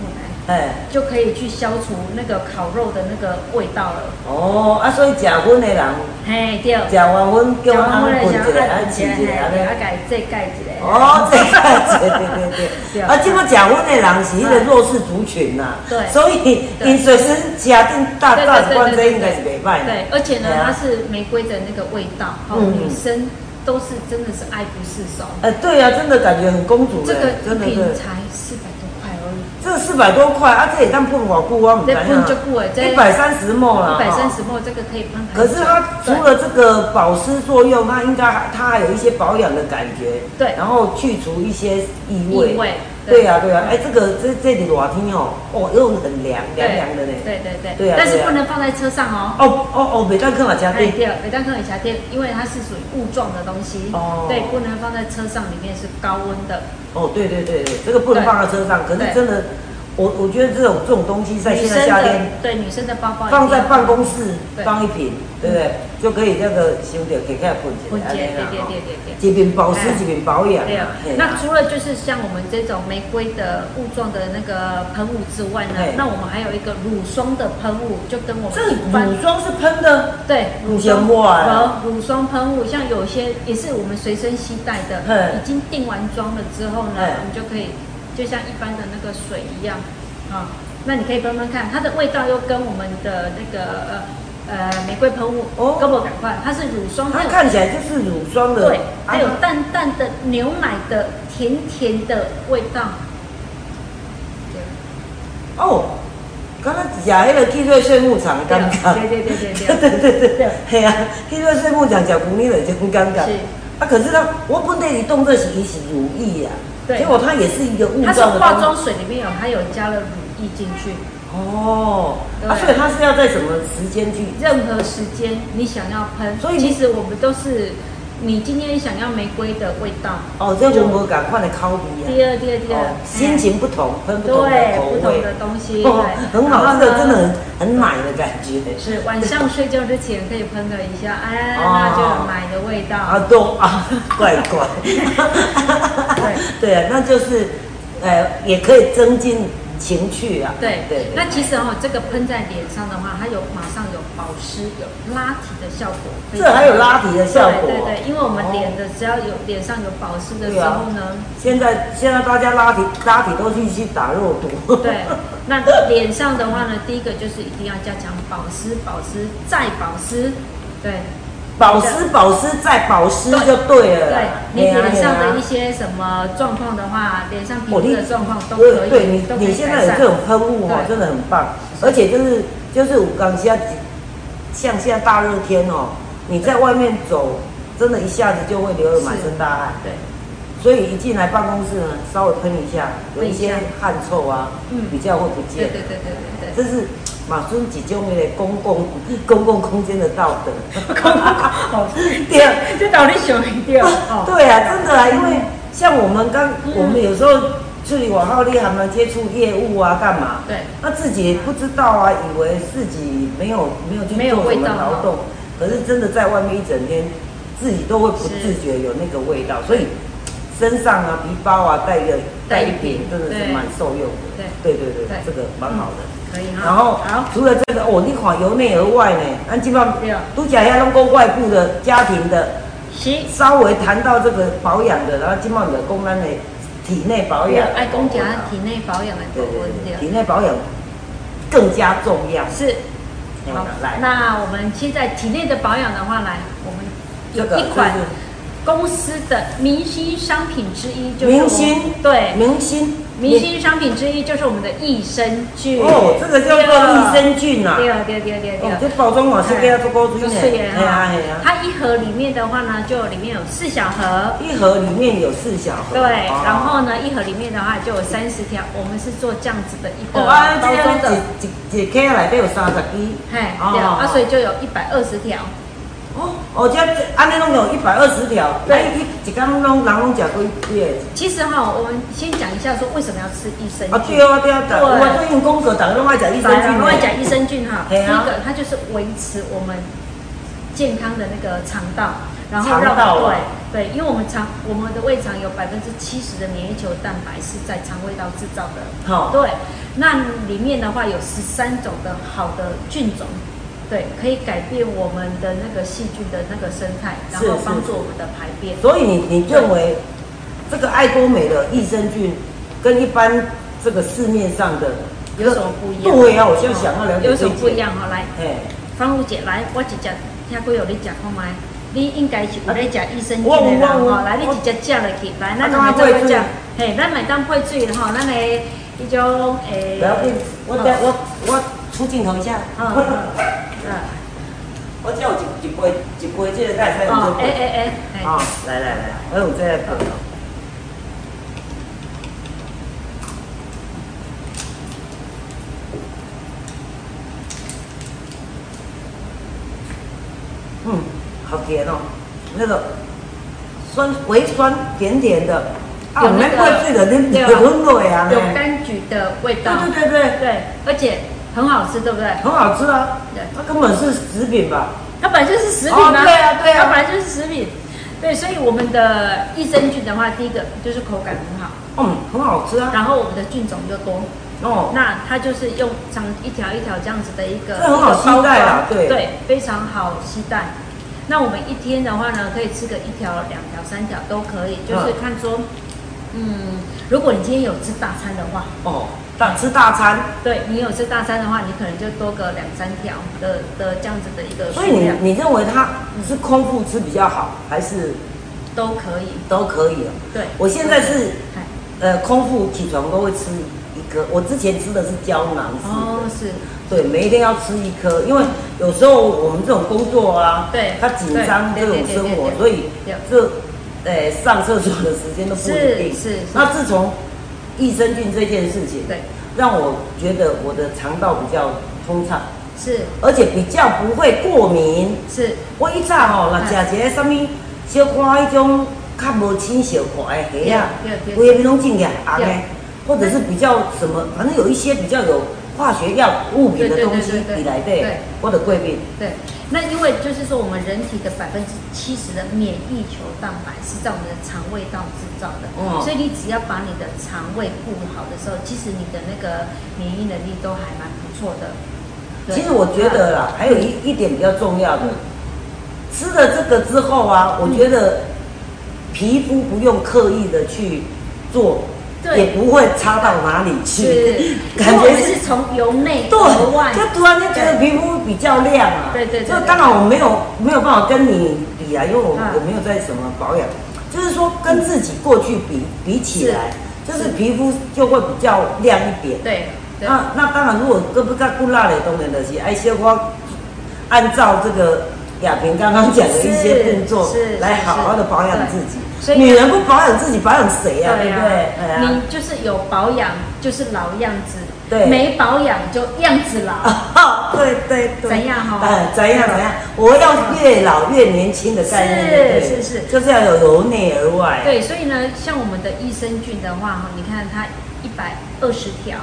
来，
哎，
就可以去消除那个烤肉的那个味道了。
哦，啊，所以食薰的人，
嘿，对。
食完薰叫
讲
安
我
困
来
一下，啊
讲，爱
安
吃
饲
一
一下，安尼
啊下，。啊，改再改一下。
哦，这个对对对对，啊，这么讲，阮的人是迄个弱势族群呐，
对
所以
对
因随身家定大
对
大
对对
罐啊
对
这
对
应该是袂歹的，
对，而且呢
对，啊
它是玫瑰的那个味道，哦，
嗯
女生都是真的是爱不释手。
呃，对啊，真的感觉很公主
这
嘞
个，
真的
一瓶
是，
才四百多块而已，
这四百多块啊，这也当碰我不我唔知
再喷就
啊，
不了，再
一百三十毛啦，
一百三
哦
十沫这个可以喷很久。
可是它除了这个保湿作用，它应该还它还有一些保养的感觉，
对
然后去除一些异
对
味，
异味，
对呀、对呀、哎，这个这这里暖厅哦，哦，又很凉
对
凉凉的呢。
对对对，
对啊
但是
对啊
不能放在车上哦。
哦哦哦，每当客马家
哎，
店
对了，每当可以瑕贴，因为它是属于雾状的东西，
哦
对，不能放在车上，里面是高温的。
哦，对对对对，这个不能
对
放在车上。可是
对
真的，我我觉得这种这种东西在
女
现
生
在夏
的
天
对女生的包包
放在
一定要
办公室
对嗯
放一瓶，对不对？就可以那个修点给它混起
婚
来，
戒，对对
这样啊
对对对。
一边保湿
哎，
一边保养啊。
对啊
嘿啊，
那除了就是像我们这种玫瑰的雾状的那个喷雾之外呢
对，
那我们还有一个乳霜的喷雾，就跟我
这
们一般
乳霜是喷的，
对
乳
乳
霜
霜
哇
和乳霜喷雾，像有些也是我们随身携带的
嗯，
已经定完妆了之后
嗯，
呢我们就可以就像一般的那个水一样啊。那你可以喷喷看，它的味道又跟我们的那个呃呃玫瑰喷雾
哦
跟我赶快，它是乳霜，
它
有
看起来就是乳霜的。
对，还有
啊
淡淡的牛奶的甜甜的味道。
哦，刚刚讲迄个汽水税牧场的感觉。
对对对对对
对 (laughs)
对，
对对对对，系啊，迄个水母讲讲古你了，就很尴尬。
是
啊，可是呢，我本来你动这是一起乳液啊，
对
结果它也是一个雾
它是
状的
化
东
妆
西
水里面有它有加了乳液进去，
哦，啊，
对
所以它是要在什么时间去？
任何时间你想要喷，
所以你
其实我们都是你今天想要玫瑰的味道。
哦，这我们赶快的 copy 啊，
第二第二第二哎
哦，，心情不同，喷不同的
对
口
不同
味，
的东西，对
哦，很好，
然
这
后
个
呢
真的很很买的感觉。
是晚上睡觉之前可以喷个一下，哎，
哦
那就有奶的味道。
啊，都啊，怪怪。对啊，那就是，呃，也可以增进情趣啊。
对
对，
那其实哦，这个喷在脸上的话，它有马上有保湿、有拉提的效果。非常
这还有拉提的效果
对对对，因为我
哦
们脸的只要有脸上有保湿的
对
时
啊
候呢，
现在现在大家拉提拉提都去去打肉毒，
对，那脸上的话呢，第一个就是一定要加强保湿，保湿再保湿。对
(laughs) 保湿保湿再保湿就对了啦。
对，你
嘿啊
脸上
嘿啊
的一些什么状况的话，脸上皮
我
肤
理
的状况都可
对
以，
对，你
都可以
你现在
改
有
善
这种喷雾哦，
对
真的很棒，而且就是就是我刚现在像现在大热天哦，你在外面走，真的一下子就会流得满身大汗，
对。
所以一进来办公室呢，稍微喷一下，有一些
喷一下
汗臭啊，
嗯
比较会不
对
见。
对对对对
这是马孙几中的公共公共空间的道德。
对，好，
第二，
这倒立熊一定要哦。
(laughs) 对啊，真的啊，因为像我们刚，
嗯
我们有时候处理广告力，还能接触业务啊，干嘛？
对。
那自己也不知道啊，以为自己没有没有去
没有
做什
味
么
道啊
劳动，可是真的在外面一整天，自己都会不
是
自觉有那个味道，所以身上啊、皮包啊带一个带
带一
一瓶
瓶，
真的是
对
蛮受用的。
对
对对对，
对
这个蛮好的。
可以哈。
然后
好，
除了这个，哦，你看由内而外呢，咱基本上
对啊
都讲一下，拢过外部的家庭的。
行。
稍微谈到这个保养的，然后今晚的讲咱的体内保养，
爱哎公家体内保养的
对
多
对对，
一
体
点。
内保养更加重要。
是。
嘿
好，
来，
那我们现在体内的保养的话，来，我们
这
有
个
一款
就是
公司的明星商品之一，就是
明星
我们对。
明星，
明星商品之一就是我们的益生
你
菌
哦，这个叫做益生菌呐，
对啊对啊对啊对啊对
哦
啊，
这包装我是给它做高菌
就
的，
是啊耶
哎呀
哈
哎呀，
它一盒里面的话呢，就里面有四小盒，
哎一盒里面有四小盒，
对，
哦
然后呢，一盒里面的话就有三十条，我们是做这样子的一
哦，
个
啊，这
呃包装
样
的，
一一一克内底有三十支，
嘿，
哦
对，啊，所以就有一百二十条，
哦，哦，这安尼拢有一百二十条，
对
哎一一天拢人拢食过几个？
其实哈，我们先讲一下说为什么要吃益生
啊，对
菌。
啊，对啊，对啊，
对
我最近功课大家拢爱食益生菌
我来
的，
讲益生菌哈，第
对
一
啊
个它就是维持我们健康的那个肠道，然后
肠
让
道啊
对对，因为我们肠我们的胃肠有百分之七十的免疫球蛋白是在肠胃道制造的，
好，
对，那里面的话有十三种的好的菌种，对，可以改变我们的那个细菌的那个生态，然
是
后
是
帮助我们的排便。
所以你你认为这个爱多美的益生菌跟一般这个市面上的
有什么不一样？
对啊呀、我就想要了解
有什么不一
样。
样哦？来，
哎，
方如姐来，我直接听过有你食看麦，你应该是有咧食益生菌
我有
的啦
我有
吼，来你
我
直接食落去，来，咱
我
来
当
做
配
个
水
食，嘿，咱买当配水吼，咱的迄种诶
不，
哦
要紧，我等下我我出镜头一下。
嗯嗯嗯
(laughs) 我只有一一杯一杯这个菜，才有这
哦，
杯
诶。诶诶，
啊、
嘿
来来来，我有这个朋友。嗯，好甜哦，那个酸微酸甜甜的，啊，
有
我
那
们
个
过去的你
对啊
有温度呀，
有
对
柑橘的味道，
对对对，
对，而且很好吃，对不对？
很好吃啊，
对
它根本是食品吧？
它本来就是食品
哦
嘛，
对啊对啊
它本来就是食品，对，所以我们的益生菌的话，第一个就是口感很好，
嗯，很好吃啊，
然后我们的菌种又多，
哦，
那它就是用长一条一条这样子的一个
这很好
一个包
携带啊
装
对
对，非常好携带。那我们一天的话呢，可以吃个一条、两条、三条都可以，就是
嗯
看说，嗯，如果你今天有吃大餐的话，
哦，大吃大餐，
对你有吃大餐的话，你可能就多个两三条的的这样子的一个
所以
数量
你你认为它是空腹吃比较好，还是
都可以。
都可以了？啊
对，
我现在是
哎
呃空腹起床都会吃一颗，我之前吃的是胶囊式的，
哦是，
对，每一天要吃一颗，因为有时候我们这种工作啊，
对
他紧张
对
这种生活，
对对对对对
所以
对
这呃上厕所的时间都不一定。
是是是
那自从益生菌这件事情，
对，
让我觉得我的肠道比较通畅，
是
而且比较不会过敏。
是
我以前吼，若食一个啥物小看迄种较无清小看的虾啊
对对，
有
对
的拢种起红的
对，
或者是比较什么，反正有一些比较有化学药物品的
对对对
东西
对对
伫内底
对，
我的贵宾。
对，那因为就是说，我们人体的百分之七十的免疫球蛋白是在我们的肠胃道制造的，
哦
所以你只要把你的肠胃顾好的时候，其实你的那个免疫能力都还蛮不错的。对啊
其实我觉得啦，还有一一点比较重要的，吃了这个之后啊，我觉得皮肤不用刻意的去做，
对
也不会差到哪里去
是，，
感
因为我
觉
们
是
是从由内而外
对，，就突然间觉得皮肤比较亮啊。
对对对对
就当然我没有没有办法跟你比啊，因为我、
嗯
我没有在什么保养，就是说跟自己过去比比起来，就是皮肤就会比较亮一点。
对对
那那当然，如果搁不较顾辣的，当然就是哎，小可按照这个亚萍刚刚讲的一些
是
动作
是
来好好的
是
保养
对
自己。
所以啊
女人不保养自己，保养谁呀、对不对？哎呀
你就是有保养，就是老样子；
对
没保养就样子老。
啊， (laughs) 对对对，
怎样哦哈
哎，怎样怎样？我要越老越年轻的概念，
是
对不对
是是
就是要有由内而外。，
对，所以呢，像我们的益生菌的话，哈，你看它一百二十条，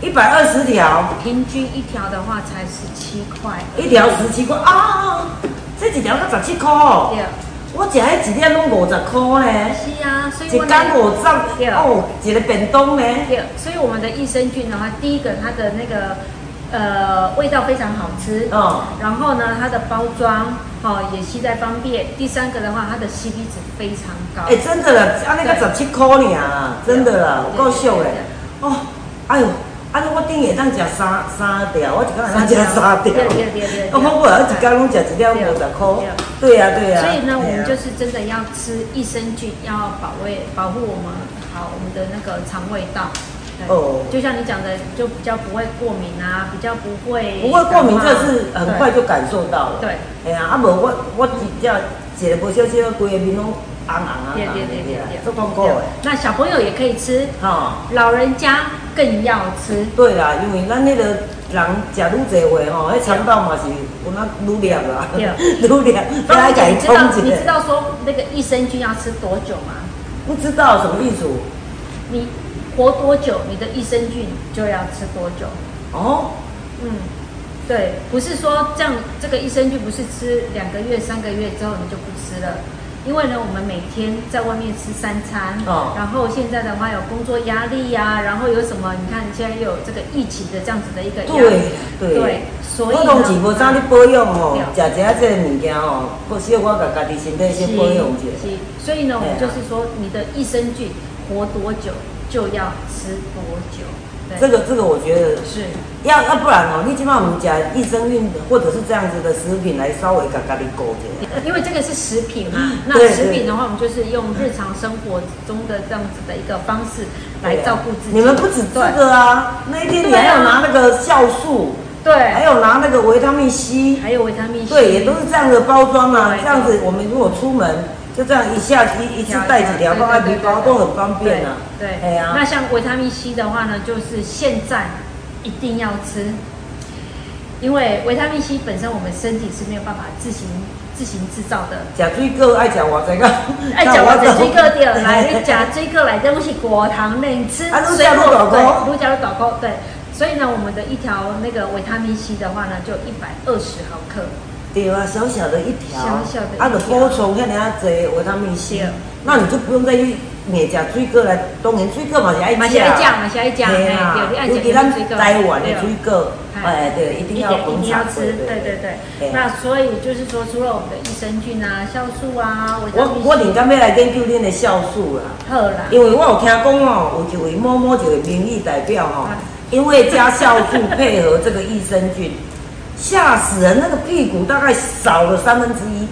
一百二十条，
平均一条的话才十七块，
一条十七块啊，这一条才十七块哦，
对，
我食迄一粒拢五十块呢，
是啊，所以
一
我
天
们
五十
对
哦，一个便当呢，
对，所以我们的益生菌的话，第一个它的那个呃味道非常好吃，
哦，
然后呢，它的包装哦也携带方便，第三个的话，它的 CP 值非常高
哎，，真的啦，安尼个十七块尔啦，真的啦，有够俗嘞
对对对对，
哦，哎哟，安尼我顶下当食三三条，我一天当食三
对
条。哦
对对对
我
对。
我一天拢食一粒五十块，对呀对呀。
所以呢，我
对
们
啊
就是真的要吃益生菌，要保卫保护我们好我们的那个肠胃道。对
哦
就像你讲的，就比较不会过敏啊，比较不会
不会过敏，
感
这
冒啊
是很快就感受到了。
对。
哎呀，啊无我我一只一个无小小，规个面拢红红啊
对对对对对，
足痛苦的。
那小朋友也可以吃，
吼，
老人家更要吃。
对啦，因为咱迄个人食愈侪话吼，迄肠道嘛是有那愈裂啦，
对
(laughs) 愈裂，
当然
来改
你知道
通
你
一
知
下。
道说那个益生菌要吃多久吗？
不知道什么意思？
你活多久，你的益生菌就要吃多久。
哦，
嗯，对，不是说这样，这个益生菌不是吃两个月、三个月之后你就不吃了。因为呢，我们每天在外面吃三餐，
哦
然后现在的话有工作啊压力呀、然后有什么？你看现在又有这个疫情的这样子的一个压力
对，对
啊对，所以
我
呢
拢是无啥咧保养吼
对，
食一下这个物件吼，不小我甲家己身体先保养一下。
是，所以呢，我
对啊
们就是说，你的益生菌活多久就要吃多久。对，
这个这个我觉得
是
要要不然哦，你起码我们讲益生菌或者是这样子的食品来稍微甲家己顾一下。
因为这个是食品嘛，那
嗯对
食品的话，我们就是用日常生活中的这样子的一个方式来照顾自
啊
己。
你们不止这个啊，那一天你还有拿那个酵素，
对，
还
对，
有拿那个维他命 C，
还有维他命 C，
哎对，也都是这样的包装啊
对。
这样子，我们如果出门就这样一下一一次带几条放在皮包都很方便啊。
对，对
哎呀
那，像维他命 C 的话呢，就是现在一定要吃，因为维他命 C 本身我们身体是没有办法自行自行制造的。
食水果爱食偌济个，
(laughs) 爱讲哎我只追
(laughs)
个点来，你讲追个来东西果糖类，你吃
啊愈食愈
水果
大颗
对，如加入导购对。所以呢，我们的一条那个维他命 C 的话呢，就一百二十毫克。
对啊，小小的一条，
小小的一条
啊，就补充遐尼啊多维他命 C，
对
那你就不用再去每食水果来，当然水果嘛是爱
买
食
下一
啊，
酱，买下一酱，
嘿
哎，
啊
对，你爱
尤
讲
其
的
咱
追个，
台湾的
对
水果，
哎
哎，对，一
一
定
点
要
一
捧
定
场
要，吃，对对对。
对
那所以就是说，除了我们的益生菌啊、酵素啊、维他
我
命 C，
我顶刚要来研究恁的酵素啦，
好啦，
因为我有听讲哦，有一位某某一位民意代表哦
啊，
因为加酵素配合这个益生菌，吓死人，那个屁股大概少了三分之一。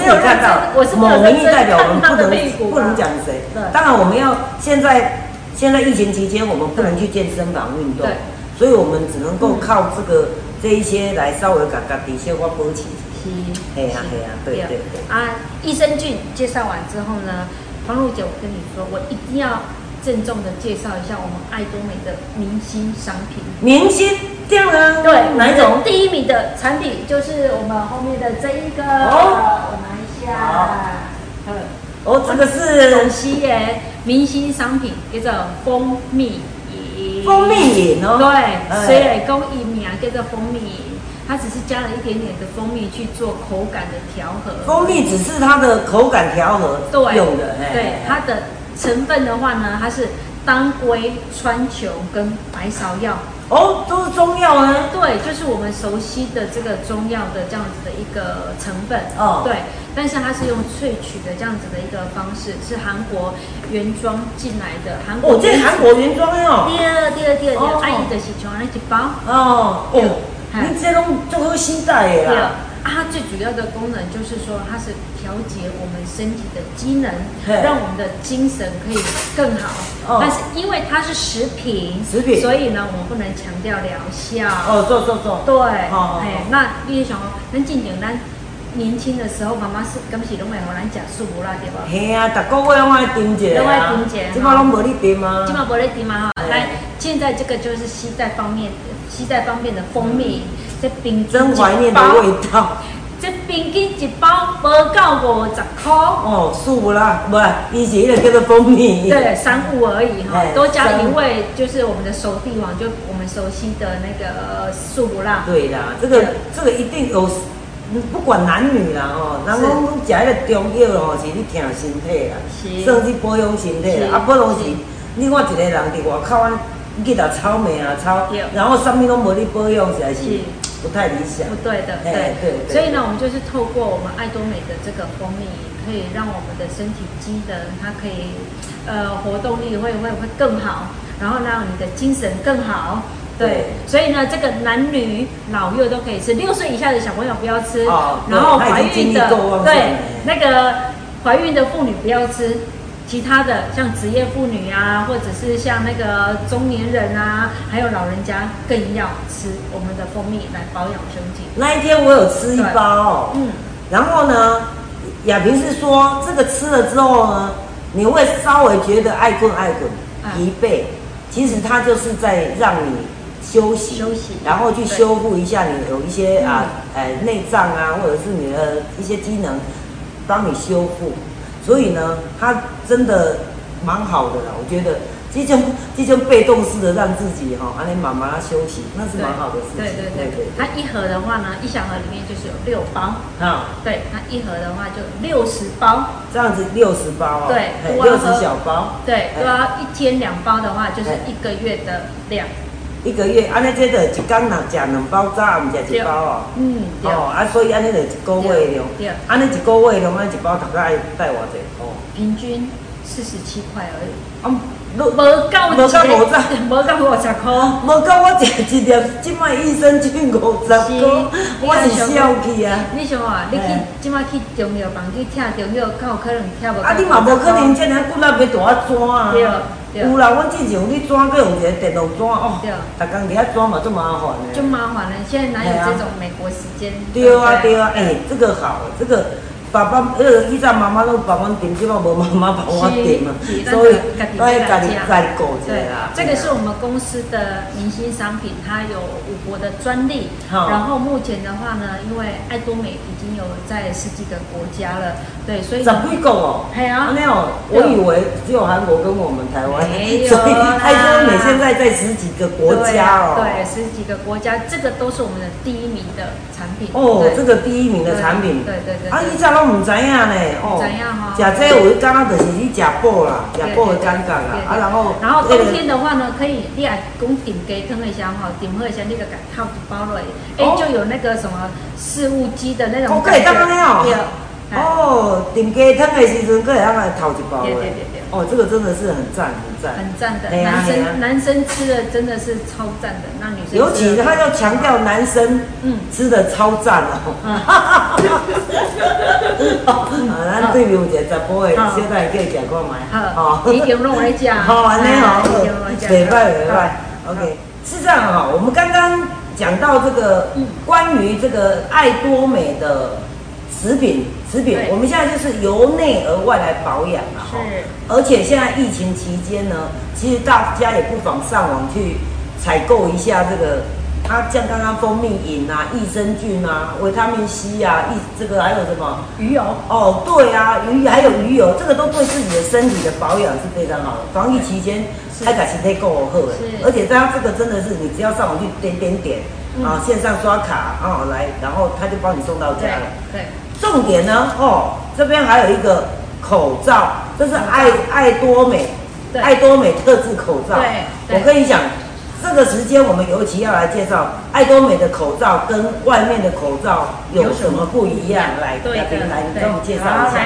我
没有
有认
看到
真我是没有
某
认
民意
真
代表，我们
看
不
他的屁股
能不能
啊
讲谁
对。
当然，我们要现在现在疫情期间，我们不能去健身房运动
对，
所以我们只能够靠这个这一些来稍微嘎嘎底些我保持。
是，
嘿呀嘿呀对对对
啊，益生菌介绍完之后呢，黄璐姐，我跟你说，我一定要郑重的介绍一下我们爱多美的明星商品。
明星这样啊，
对，
哪一种？
第一名的产品就是我们后面的这一个，呃
哦
我拿一
好
下。嗯
哦，这个
陕
是
西耶明星商品，叫做蜂蜜饮。
蜂蜜饮哦。
对，
哎
虽然讲伊名啊叫做蜂蜜饮，它只是加了一点点的蜂蜜去做口感的调和。
蜂蜜只是它的口感调和
对
用的，哎嘿
对它的成分的话呢，它是当归、川穹跟白芍药。
哦，都是中药啊。
对，就是我们熟悉的这个中药的这样子的一个成分。
哦
对，但是它是用萃取的这样子的一个方式，是韩国原装进来的。韩国
哦，这韩国原装的哦。
第二第二第二哎第二，
哦
阿姨的是像那一包。
哦哦，
嗯嘿
你这拢做好现代的
对啊
啦。，
它最主要的功能就是说，它是调节我们身体的机能，
嘿
让我们的精神可以更好。
哦
但是因为它是食品，
食品
所以呢，我们不能强调疗效。
哦，做做做。
对，
哦
哎、那你想哦，咱进前咱年轻的时候，妈妈是敢是拢会互咱食素无啦，对吧？
嘿啊，逐个月拢爱炖一个
拢爱
啊
炖一个，
即摆拢无你炖啊
基。本不咧滴嘛哈，
对
来，现在这个就是西带方面，西带方面的蜂蜜，
嗯
这冰淇淋
真怀念的
包
味道。
这平均一包无够五十块，
哦，素啦，不，以前那个叫做蜂蜜。
对，三物而已哈
嗯哎，
多加一位就是我们的熟帝王，就我们熟悉的那个素不辣，
对啦，这个
对
这个一定有，嗯不管男女啦哦，人
是
讲讲食迄个中药哦，是你疼身体啦，
是
算是保养身体
是
啦。啊，不拢是
是，
你看一个人伫外口啊，去打草莓啊草
对，
然后啥物拢无你保养，实在是
是
不太理想。
不哦对的，
哎对对
所以呢，我们就是透过我们爱多美的这个蜂蜜，可以让我们的身体机能，它可以呃活动力会会会更好，然后让你的精神更好。对
对，
所以呢，这个男女老幼都可以吃，六岁以下的小朋友不要吃，
哦对
然后
他
怀
已经精力
孕的
够旺盛
对
了
那个怀孕的妇女不要吃。其他的像职业妇女啊，或者是像那个中年人啊，还有老人家，更要吃我们的蜂蜜来保养身体。
那一天我有吃一包哦，
嗯，
然后呢，亚萍是说这个吃了之后呢，你会稍微觉得爱困爱困
啊、
疲惫，其实它就是在让你休息，
休息
然后去修复一下你有一些啊，呃内脏啊，或者是你的一些机能，帮你修复。所以呢，它真的蛮好的啦，我觉得。这种这种被动式的让自己哈，安尼慢慢休息，那是蛮好的事情。
对对对，它一盒的话呢，一小盒里面就是有六包，
好。
对，它一盒的话就六十包，
这样子六十包哦，
对
嘿
我要
六
喝
十小包，
对，
哎
如果要一天两包的话，就是
哎
一个月的量。
一个月，安尼这个一工若食两包早，暗食一包哦。
嗯，对，
哦，啊，所以安尼就一个月量
对对，
安尼一个月量，安一包大概带偌济箍？
平均四十七块而已，
哦啊，无
无到
无到五十，
(laughs) 无到五十块。
无到我食一粒，即摆益生菌五十
是
箍，我是
你看
笑去啊！
你想啊，你去
嘿
即马去中药房去拆中药，较有可能拆无。
啊，你嘛无可能遮尔骨力要大啊纸啊！
对对
有啦，阮之前有去纸，佮用一个电动纸哦
对，
逐工伫遐纸嘛足麻烦的。
就麻烦了。现在哪有这种美国时间？
对啊，
不
对啊，哎、这个好，这个爸爸，那个以前妈妈都帮我们点，即摆无妈妈帮我点嘛
是，是
所以
咱自己
都要家己
自己
家己顾一
对
下啊。
这个是
对啊
我们公司的明星商品，它有五国的专利。
好
然后目前的话呢，因为爱多美已经有在十几个国家了，对，所以
十几个哦，
嘿啊
安尼哦，我
对
以为只有韩国跟我们台湾，
没有
所以哎
啦
爱多美现在在十几个国家哦。
对，对十几个国家，这个都是我们的第一名的产品。
哦
对，
这个第一名的产品，
对对对对
啊，以前拢唔知影呢，哦，
不知影哈
食这有一感觉就是你食饱啦，食饱的感觉啦
对对，对
啊，然后
然后
那个
冬天的话呢，可以你啊，讲顶鸡汤一下哈，顶喝一下那个感套一包落，哎
哦，
就有那个什么事务机的那种
哦可以
感
当
觉
安尼哦
对，哎
哦，炖鸡汤的时阵，佫会用来头一包的
对对对对
哦，这个真的是很赞，很赞，
很赞的。
哎呀
男
哎呀
生男生吃的真的是超赞的，那女生
尤其他要强调男生
嗯
吃的超赞哦。 (laughs) 啊，咱对面有一个直播的，
好
小弟可以食看卖。
好，你给弄来讲，
(laughs) 好，安尼哦
哎你给我来，讲
北拜北拜
好
，OK。是这样哈、哦我们刚刚讲到这个
嗯
关于这个爱多美的食品，食品
对，
我们现在就是由内而外来保养啊了哈、
是
而且现在疫情期间呢，其实大家也不妨上网去采购一下这个，它像刚刚蜂蜜饮啊、益生菌啊、维他命 C 啊、益这个还有什么？
鱼油
哦，对啊，鱼还有鱼油，这个都对自己的身体的保养是非常好的。防疫期间，
是
它把身体够好的
是，
而且它这个真的是你只要上网去点点点
嗯
啊，线上刷卡啊来，然后他就帮你送到
对
家了。
对，
重点呢，哦，这边还有一个口罩，这是爱爱多美，
对
爱多美特制口罩。
对对
我跟你讲，这个时间我们尤其要来介绍爱多美的口罩跟外面的口罩有什么不一样。来，
对
来
的，
来，你
对
跟我们介绍
好
一下
来。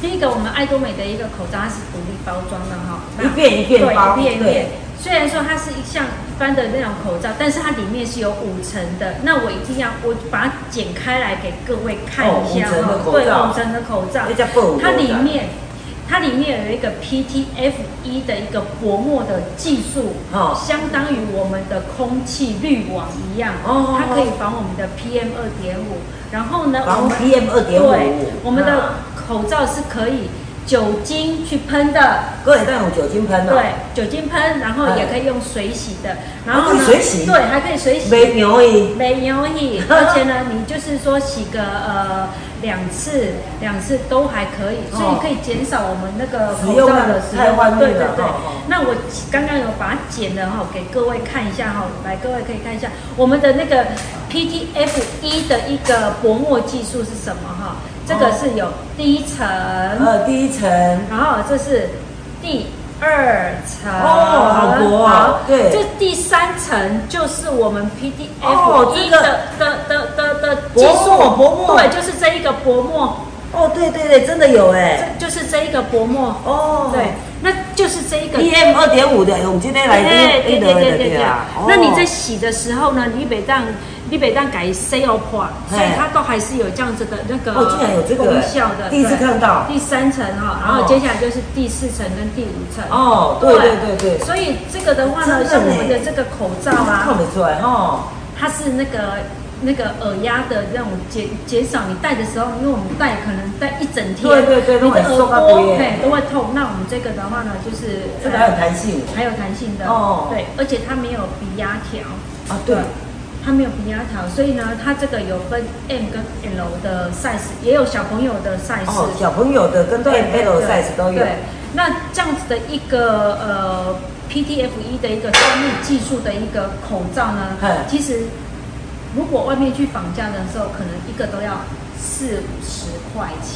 第一个，我们爱多美的一个口罩，它是独立包装的哈，那
一片一片
对
包
一片一片
对。
虽然说它是一像一般的那种口罩，但是它里面是有五层的。那我一定要我把它剪开来给各位看一下
哦五层的
哈、
口
对，
罩
五层的口罩，
这叫布偶
它里
口罩
面它里面有一个 PTF 一的一个薄膜的技术，
哦
相当于我们的空气滤网一样，
哦
它可以防我们的 PM 二点五。然后呢，
防
我们
PM 2.5
对，我们的
啊
口罩是可以酒精去喷的，
各位带有酒精喷哦，
对，酒精喷，然后也可以用水洗的，然后
哦还可
呢，
以水洗
对，还可以水洗，
没牛意。
没有
(laughs)
你，而且呢，你就是说洗个呃两次，两次都还可以，所以可以减少我们那个口罩的
哦使
使
用量太
用。
万
对
虑
对
了
对
哦哦。
那我刚刚有把它剪了哈，给各位看一下哈，来各位可以看一下我们的那个 PTF 一 E 的一个薄膜技术是什么哈？这
哦
个是有第一层，
呃，第一层，
然后这是第二层，
哦好薄哦
好
对
这第三层就是我们 PDF
哦
一
这
的、
个
的的的的技
薄
术
膜薄膜
对，就是这一个薄膜，
哦，对对对，真的有
这
哎，
就是这一个薄膜，
哦，
对，那就是这一个。
，PM 2.5的，我们今天来
哎对
滴
对
的
对对对
哎对啊。哦
那你在洗的时候呢，你北当你北当改 C O P，所以
嘿
它都还是有这样子的那个
哎哦竟然有这个
功效的，
第一次
对
看到
第三层哈，然后
哦
接下来就是第四层跟第五层。
哦，对对对对，
所以这个的话
真
呢，
的
像我们
呢嗯
的这个口罩
看
啊，
得出来哈。
它是那个那个耳压的那种减减少你戴的时候，因为我们戴可能戴一整天，
对对对
你的
那种
耳
受不了
朵
耶
嘿都会痛。那我们这个的话呢，就是
这哎个还有
呃
弹性
还有弹性的
哦
对，而且它没有鼻压条，
啊，
哦
对，
它没有鼻压条，所以呢，它这个有分 M 跟 L 的 size，也有小朋友的 size，
哦，小朋友的跟 M L size 都有
对，，那这样子的一个呃 PTF 一的一个专利技术的一个口罩呢
嘿，
其实如果外面去仿价的时候，可能一个都要四五十块钱。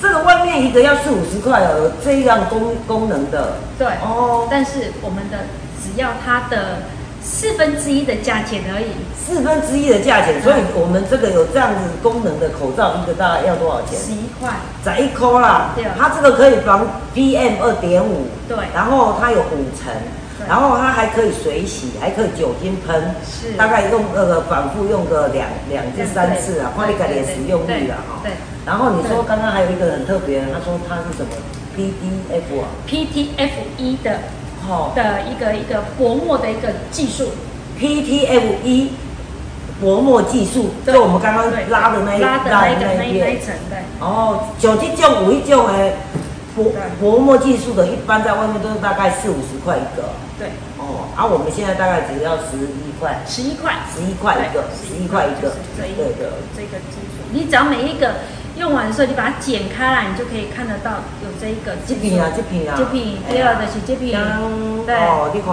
这个外面一个要四五十块哦，有这样功功能的，
对，
哦
但是我们的只要它的四分之一的价钱而已。
四分之一的价钱，所以我们这个有这样子功能的口罩，一个大概要多少钱？
十一块，
在一颗啦
对，
它这个可以防 PM 二点五，
对
然后它有五层
对，
然后它还可以水洗，还可以酒精喷，
是
大概用那个反复用个两两至三次啊，
对
换一个脸使用率了哈
对。
然后你说
对
刚刚还有一个很特别的，他说它是什么 PDF 啊？
，PTF 一 E 的
哦
的一个一个薄膜的一个技术，
，PTF 一薄膜 E，技术，
对
就我们刚刚
对
拉的那一
拉的那一个那
那
一
一
那一
页。
层对，
哦，九七种五一种哎的薄
对
薄膜技术的，一般在外面都是大概四五十块一个。
对，
哦，啊，我们现在大概只要十一块，
十一块，
十一块一个，十一块一个
就是，这一
对
个
的。
这个基础，你只要每一个用完的时候，你把它剪开来，你就可以看得到有这一个
这
技术
瓶啊，这瓶啊，
这瓶第二的是这瓶，
嗯
对
哦，你看，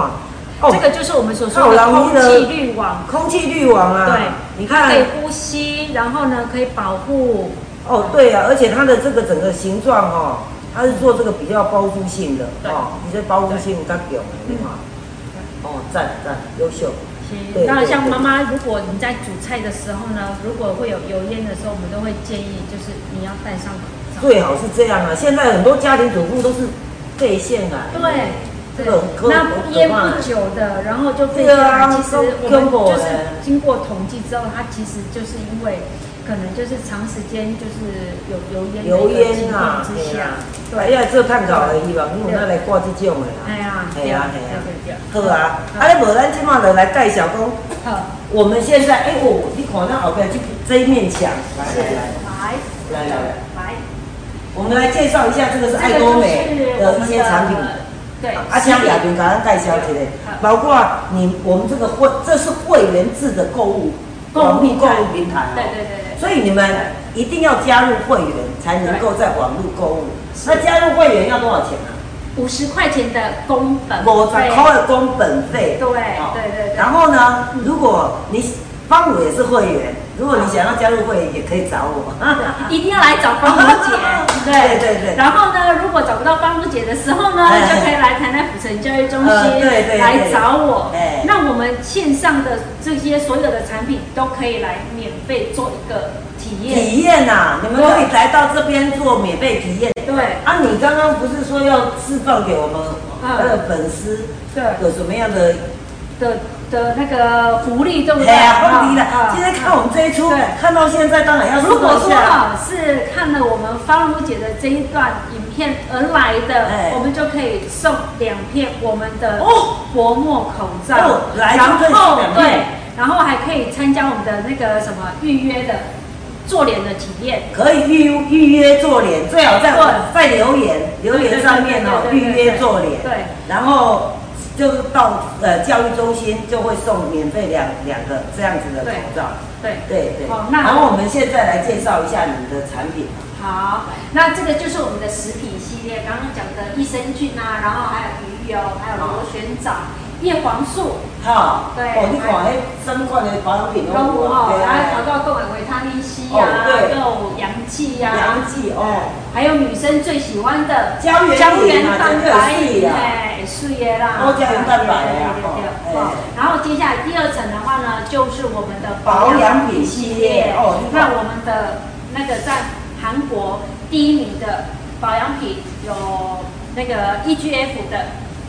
哦，
这个就是我们所说的空气滤网，
空气滤网啊，
对，
你
它
看
可，以呼吸，然后呢可以保护，
哦，对啊，而且它的这个整个形状哦，它是做这个比较包覆性的
对
哦，你这包覆性较强，你看，哦，赞赞，优秀，对
当然，
对
像
对
妈妈，如果你在煮菜的时候呢，如果会有油烟的时候，我们都会建议就是你要戴上口罩。
最好是这样啊。现在很多家庭主妇都是肺腺癌，
对。
这
对
个很可
那
可
腌
怕
不久的，然后就肺
对
腺
啊
癌。其实我
中
们
国
就是
人
经过统计之后，它其实就是因为可能就是长时间就是有油烟
油
的一个情
烟啊
况，之
对
下
啊，，哎
对，
呀，做碳烤而已吧，你有哪来挂这种的
哎
啦？
呀，
哎呀哎呀
对对
好啊，啊，咱无咱即满就来介绍讲，
对，好，
我们现在，哎、我你看那后边这这一面墙，来
是
来来，
来
来来来
来，
我们来介绍一下这个是爱多美的一些产品。
对，
啊，请亚萍给咱介绍一下，包括你我们这个会，这是会员制的购物
购物
网络购
平台
物平台哦。
对对对对
所以你们一定要加入会员，才能够在网络购物。那加入会员要多少钱啊？
五十块钱的工本费，
我在扣了工本费。
对
哦
对对嗯对
然后呢，如果你方我也是会员，如果你想要加入会员，也可以找我。，
一定要来找芳如姐
(laughs)
对
对对对
然后呢，如果找不到芳如姐的时候呢，
哎
就可以来台南府城教育中心、
呃对对对
来找我
哎。
那我们线上的这些所有的产品都可以来免费做一个体验。
(laughs) 体验呐、你们可以来到这边做免费体验。
对
啊，你刚刚不是说要释放给我们
嗯
呃粉丝
对
有什么样的
的的那个福利，对不对？
哎呀问题
啊
了？今天看我们这一出
对，
看到现在当然要释
(laughs) 如果
放一
说
下。
啊是看了我们方如姐的这一段影片而来的，
哎
我们就可以送两片我们的
哦
薄墨口罩，
哦来
然
就可以送
后
两片
对，然后还可以参加我们的那个什么预约的做脸的体验。
可以预预约做脸，最好在
对
在留言留言上面哦，
对对
预
对对对
约做脸。
对，
然后就是到呃教育中心就会送免费两两个这样子的口
对
罩。
对。
对对。
哦那
然后我们现在来介绍一下你们的产品。
好，那这个就是我们的食品系列，刚刚讲的益生菌啊，然后还有鱼油，还有螺旋藻、叶黄素、
哈，
对哎
哦，你看迄新款的保养品
中午哦，
对
然
啊
后调到购买维他命 C
哦
啊，
对
够阳气啊呀、
洋剂哦，
还有女生最喜欢的
胶原饮啊
蛋
这
白
个有水啊
饮，哎，素叶啦，
哦胶原蛋白啊
对对对
哦
对对然后接下来第二层的话呢，就是我们的
保养品系列哦你看
那我们的那个在韩国第一名的保养品有那个 EGF 的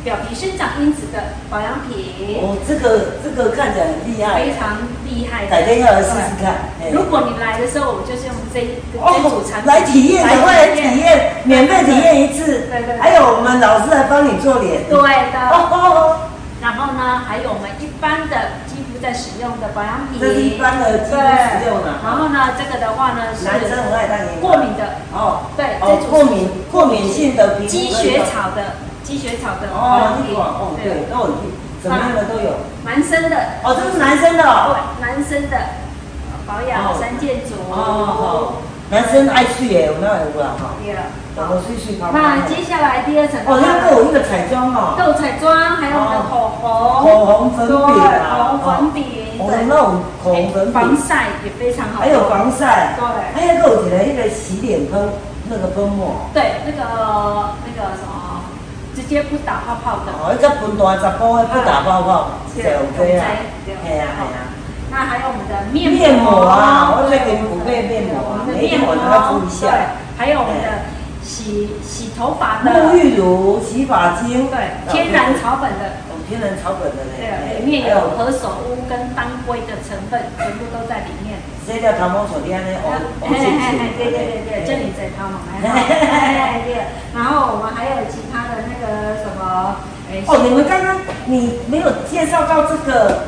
表皮生长因子的保养品，
哦，这个这个看起来很厉害
非，常厉害的。
改天要来试试看。哎
哎如果你来的时候，我们就是用这一个这组产
哦，
品
来体验，赶快来体。验，免费体验一次。
对对对
还有我们老师来帮你做脸。
对
哦
的，
哦
然后呢，还有我们一般的肌肤在使用的保养品，
这是一般的肌肤
对
使用的
然后呢，这个的话呢
哦，
是
男生很爱当眼
过敏的，
哦，
对，
哦
这组
过敏过敏性的皮肤
积雪草的积雪草的保
哦，
养
你
品，
管哦对，都有怎么样的都有。
男生的
哦，这是男生的哦。
对，男生的保养
哦
三件组
哦，男生爱睡耶，有没有有啦哈？
对
然后睡睡泡泡。
那接下来第二层的话
哦，那个有一个彩妆哦，
豆彩妆，还有我们的口红、
口红粉饼啊
对口红粉饼，
我们那种口红粉
防
饼，
晒也非常好，
还有防晒，哎
对
还有个哦有一个那个洗脸喷那个喷墨，
对那个那个什么直接不打泡泡的。
哦，一个分大十包的不打泡泡，就对啊，嘿啊嘿啊。
那还有我们的面
面膜啊，我
对
最近不备面膜
我
啊，
们的
每一
面
款
膜
都要敷一
对
下。，
还有我们的洗洗头发
沐
的，
浴乳、洗发精，
对，天然，草本的，
我天然草本的嘞，
对，里面有何首乌跟当归的成分，全部都在里面。
这条头毛手链呢，
哎
哦哦，
哎哎，对
谢谢，
对对对，这里在他们还好。哎对，然后我们还有其他的那个什么，哎，
哦，你们刚刚你没有介绍到这个，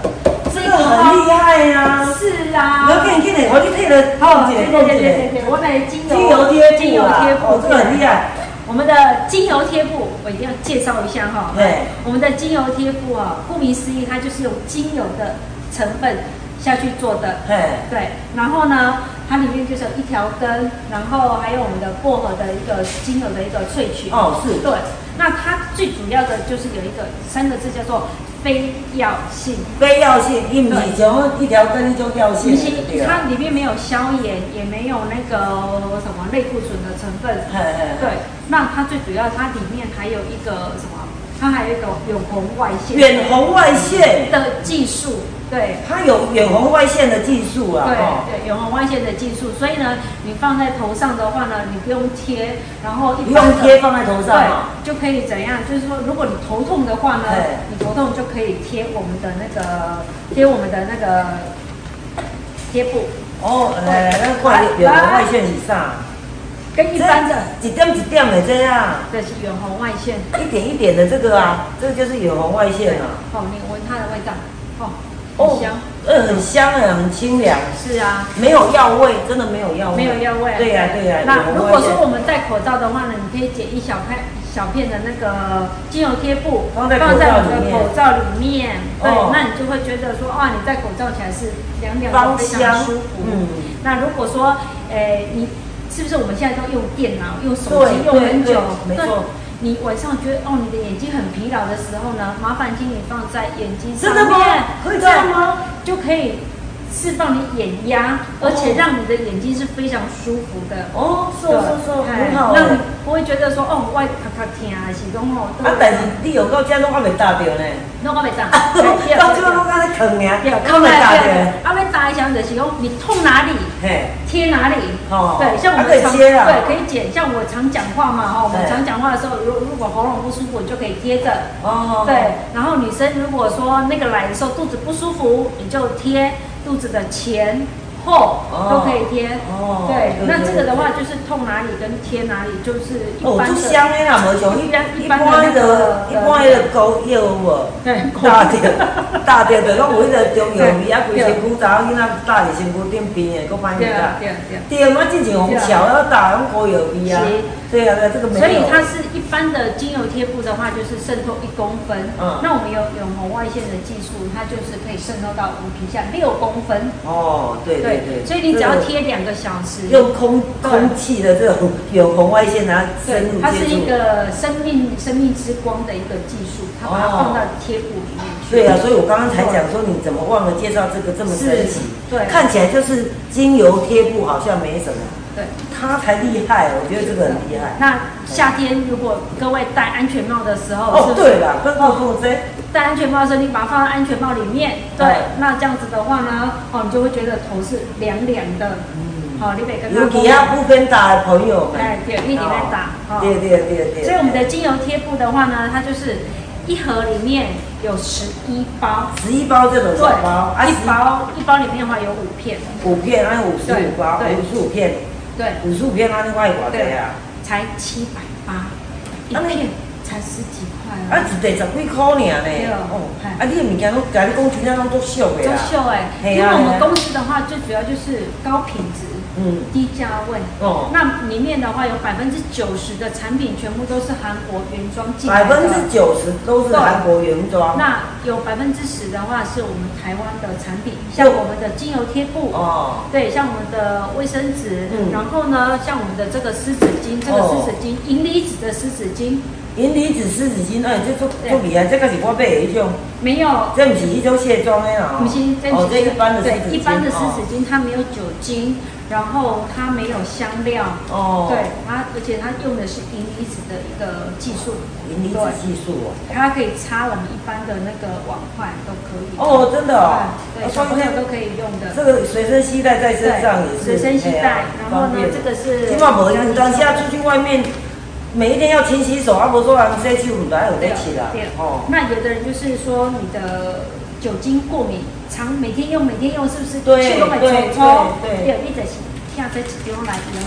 这个很厉害呀！
是啊，
我给你给你，我去退了，
哦，
姐姐
对对对
姐
对对，我买精油
精油贴布啊
精油贴布，
哦这个很厉害。
我们的精油贴布，我一定要介绍一下哈、
对
我们的精油贴布啊，顾名思义，它就是用精油的成分下去做的。
嘿，
对，然后呢，它里面就是有一条根，然后还有我们的薄荷的一个精油的一个萃取。
哦是
对，那它最主要的就是有一个三个字叫做非药性。
非药性，伊唔是像一条根一种药性的
其实
就对啊了，
它里面没有消炎，也没有那个什么类固醇的成分。
嘿嘿，
对，那它最主要它里面还有一个什么？它还有一个远红外线
远红外线，
的技术。对，
它有远红外线的技术啊，哦，
对对，远红外线的技术，所以呢，你放在头上的话呢，你不用贴，然后一
不
般的
用贴放在头上哦。
对，就可以怎样？就是说，如果你头痛的话呢
对，
你头痛就可以贴我们的那个贴我们的那个贴布，
哦，来来，咱看远红外线是啥？
跟一般的
这一点一点的这样，
这是远红外线。
一点一点的这个啊，这个就是远红外线啊。
哦，你闻它的味道，哦，
哦
很香。，
呃，很香哎，很清凉，
是啊，
没有药味，真的没有药味，
没有药味。啊
对呀对呀。
那
远
如
红外
果
线
说我们戴口罩的话呢，你可以剪一小片小片的那个精油贴布，
放在口罩
放在你
里
的
面
口罩里面。对
哦，
那你就会觉得说，哇，你戴口罩起来是凉凉的，
芳
非常
香
舒服，。
嗯，
那如果说，诶，你是不是我们现在都用电脑、用手
对
机用很
对
久？
对没
那
错
你晚上觉得哦，你的眼睛很疲劳的时候呢，麻烦请你放在眼睛上
真
面，
的吗？可以这样
对
吗？
就可以释放你眼压，而且让你的眼睛是非常舒服的。
哦，是
对
是是，
哎
很好
让你
哎。
不会觉得说哦，我咔咔疼啊，是讲哦，
啊，但是你有到这都还没打到呢，
那我袂哎打，
(laughs) 啊，到这都还在坑呢，还没打到，
啊，要打一下就是讲你痛哪里
嘿，
贴哪里。
哦，
对，像我
啊可
们
以
常
接啊，
对可以剪，像我常讲话嘛，哦哈，我们
对
常讲话的时候，如如果喉咙不舒服，你就可以贴着。
哦，
对，然后女生如果说那个来的时候肚子不舒服，你就贴肚子的前后
哦
都可以贴。
哦
对，那这个的话
对
就是痛哪里跟贴哪里，就是一
哦，
般
就
的。
香的啦，无像一
一般
一般的、一般的膏药有无？
对，
搭着搭着，就讲有迄个中药味，啊，规身躯查某囡仔搭伫身躯顶边的，佫歹
对
味啊。
对对。
对，我之前红桥啊，搭拢膏药味啊。对啊，这个没有。
所以它是一般的精油贴布的话，就是渗透一公分。
嗯
那我们有远红外线的技术，它就是可以渗透到我们皮下六公分。
哦，对对对。
所以你只要贴两个小时，
用空空气的这种有红外线，然后深
对
入，
它
接
是
触
一。个生命生命之光的一个技术，它把它放到贴布里面去。
对啊，所以我刚刚才讲说，你怎么忘了介绍这个这么神奇？
对
看起来就是精油贴布好像没什么，
对，
它才厉害，我觉得这个很厉害。
那夏天如果各位戴安全帽的时候，
哦，
是不是
对了，跟我跟我这，
戴安全帽的时候，你把它放在安全帽里面，对，
嗯
那这样子的话呢，哦，你就会觉得头是凉凉的。
嗯
好、你每个
尤其啊不跟打的朋友们，
哎，对，一直在打，哦
对对对对。
所以我们的精油贴布的话呢，它就是一盒里面有十一包，
十一包这种
对，
小包，啊，
一包一包里面的话有五片，
五片，按五十五包，
对对
五十五片，
对，
五十五片，啊按外国的呀，
才七百八，一
啊那
片才十几块
啊
啊，，
一袋十几块尔
对
呢，哦，啊，你的物件拢，甲你讲真正拢足俗的
周
啦，
秀哎，
嘿啊
因为我
嘿啊
们公司的话，最主要就是高品质、
嗯，
低价位。
哦，
那里面的话，有百分之九十的产品全部都是韩国原装进来
百分
的，
之九十都是韩国原装，
那有百分之十的话是我们台湾的产品，像我们的精油贴布，
哦，
对，像我们的卫生纸，
嗯哦
然后呢，像我们的这个湿纸巾，这个湿纸巾，银离子的湿纸巾，
银离子、湿纸巾真爱，这做做起来，这个是我买的一种，
没有，
这不是一种卸妆的啦。
我们先再
哦，这一般的
对
湿纸巾，
一般的湿
哦
纸巾它没有酒精，然后它没有香料，
哦，
对，它而且它用的是银离子的一个技术，
银离子技术哦。
它可以擦我们一般的那个碗筷都可以。
哦，真的哦，
对，
哦
对，小朋
所以
友都可以用的。
这个随身携带在身上也
对，
是哎
随身携带。然后呢，这个是
起码无人当下出去外面，每一天要勤洗手，啊，无说人洗手唔来有得起啦
对对，
哦，
那有的人就是说你的酒精过敏，常每天用每天用，是不是？
对
手
对
抽抽，
对对
对，一直是听这一张来用，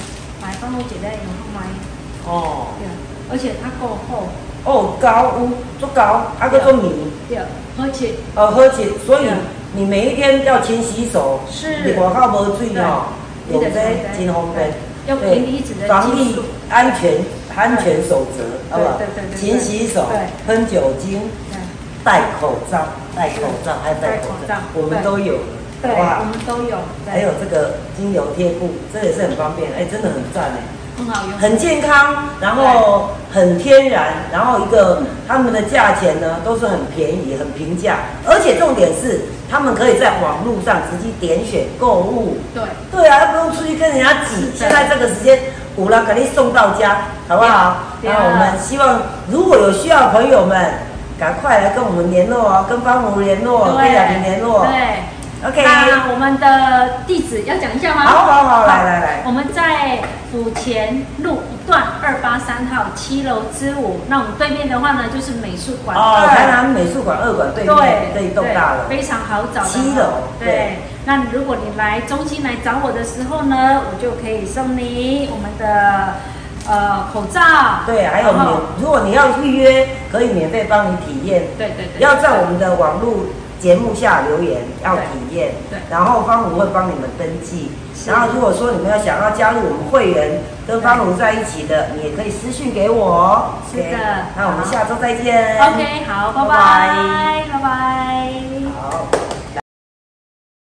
来帮我姐姐用买，
哦，
对，而且它够厚，
哦，高有足高，啊，个做米，
对，而且
呃，喝起，所以
对
你每一天要勤洗手，你
是
外口无水哦，
对
有这
你得常
真方便，
用
对
银离子的
防
技
疫
术，
安全安全守则，好不好
对对对？对
勤洗手
对，
喷酒精。
对，
戴口罩，戴口罩，还戴口罩
戴口罩，
我们都有了，
对，
好不好
我们都有，对
还有这个精油贴布，这也是很方便，哎，真的很赞哎，
很好用，
很健康，然后很天然，然后一
嗯
个他们的价钱呢都是很便宜、很平价，而且重点是他们可以在网络上直接点选购物，
对，
对啊，又不用出去跟人家挤。
是
现
的
在这个时间，五郎肯定送到家，好不好？
对啊
那我们希望如果有需要的朋友们，赶快来跟我们联络哦，跟方母联络，跟雅萍联络。
对。
OK，
那我们的地址要讲一下吗？
好好好来来来
我们在府前路一段二八三号七楼之五，那我们对面的话呢就是美术馆
哦，台
二，
南美术馆二馆对面
对
这一栋大楼，
对非常好找的
七楼对
对，那如果你来中心来找我的时候呢，我就可以送你我们的呃口罩，
对，啊还有
然
免
后，
如果你要预约，可以免费帮你体验。
对对对，
要在我们的网络节目下留言，要体验，
对对
然后方如会帮你们登记。
是
然后如果说你们要想要加入我们会员，跟方如在一起的，你也可以私讯给我哦。
是的
OK，那我们
好
下周再见。
OK 好，拜
拜拜
拜拜拜。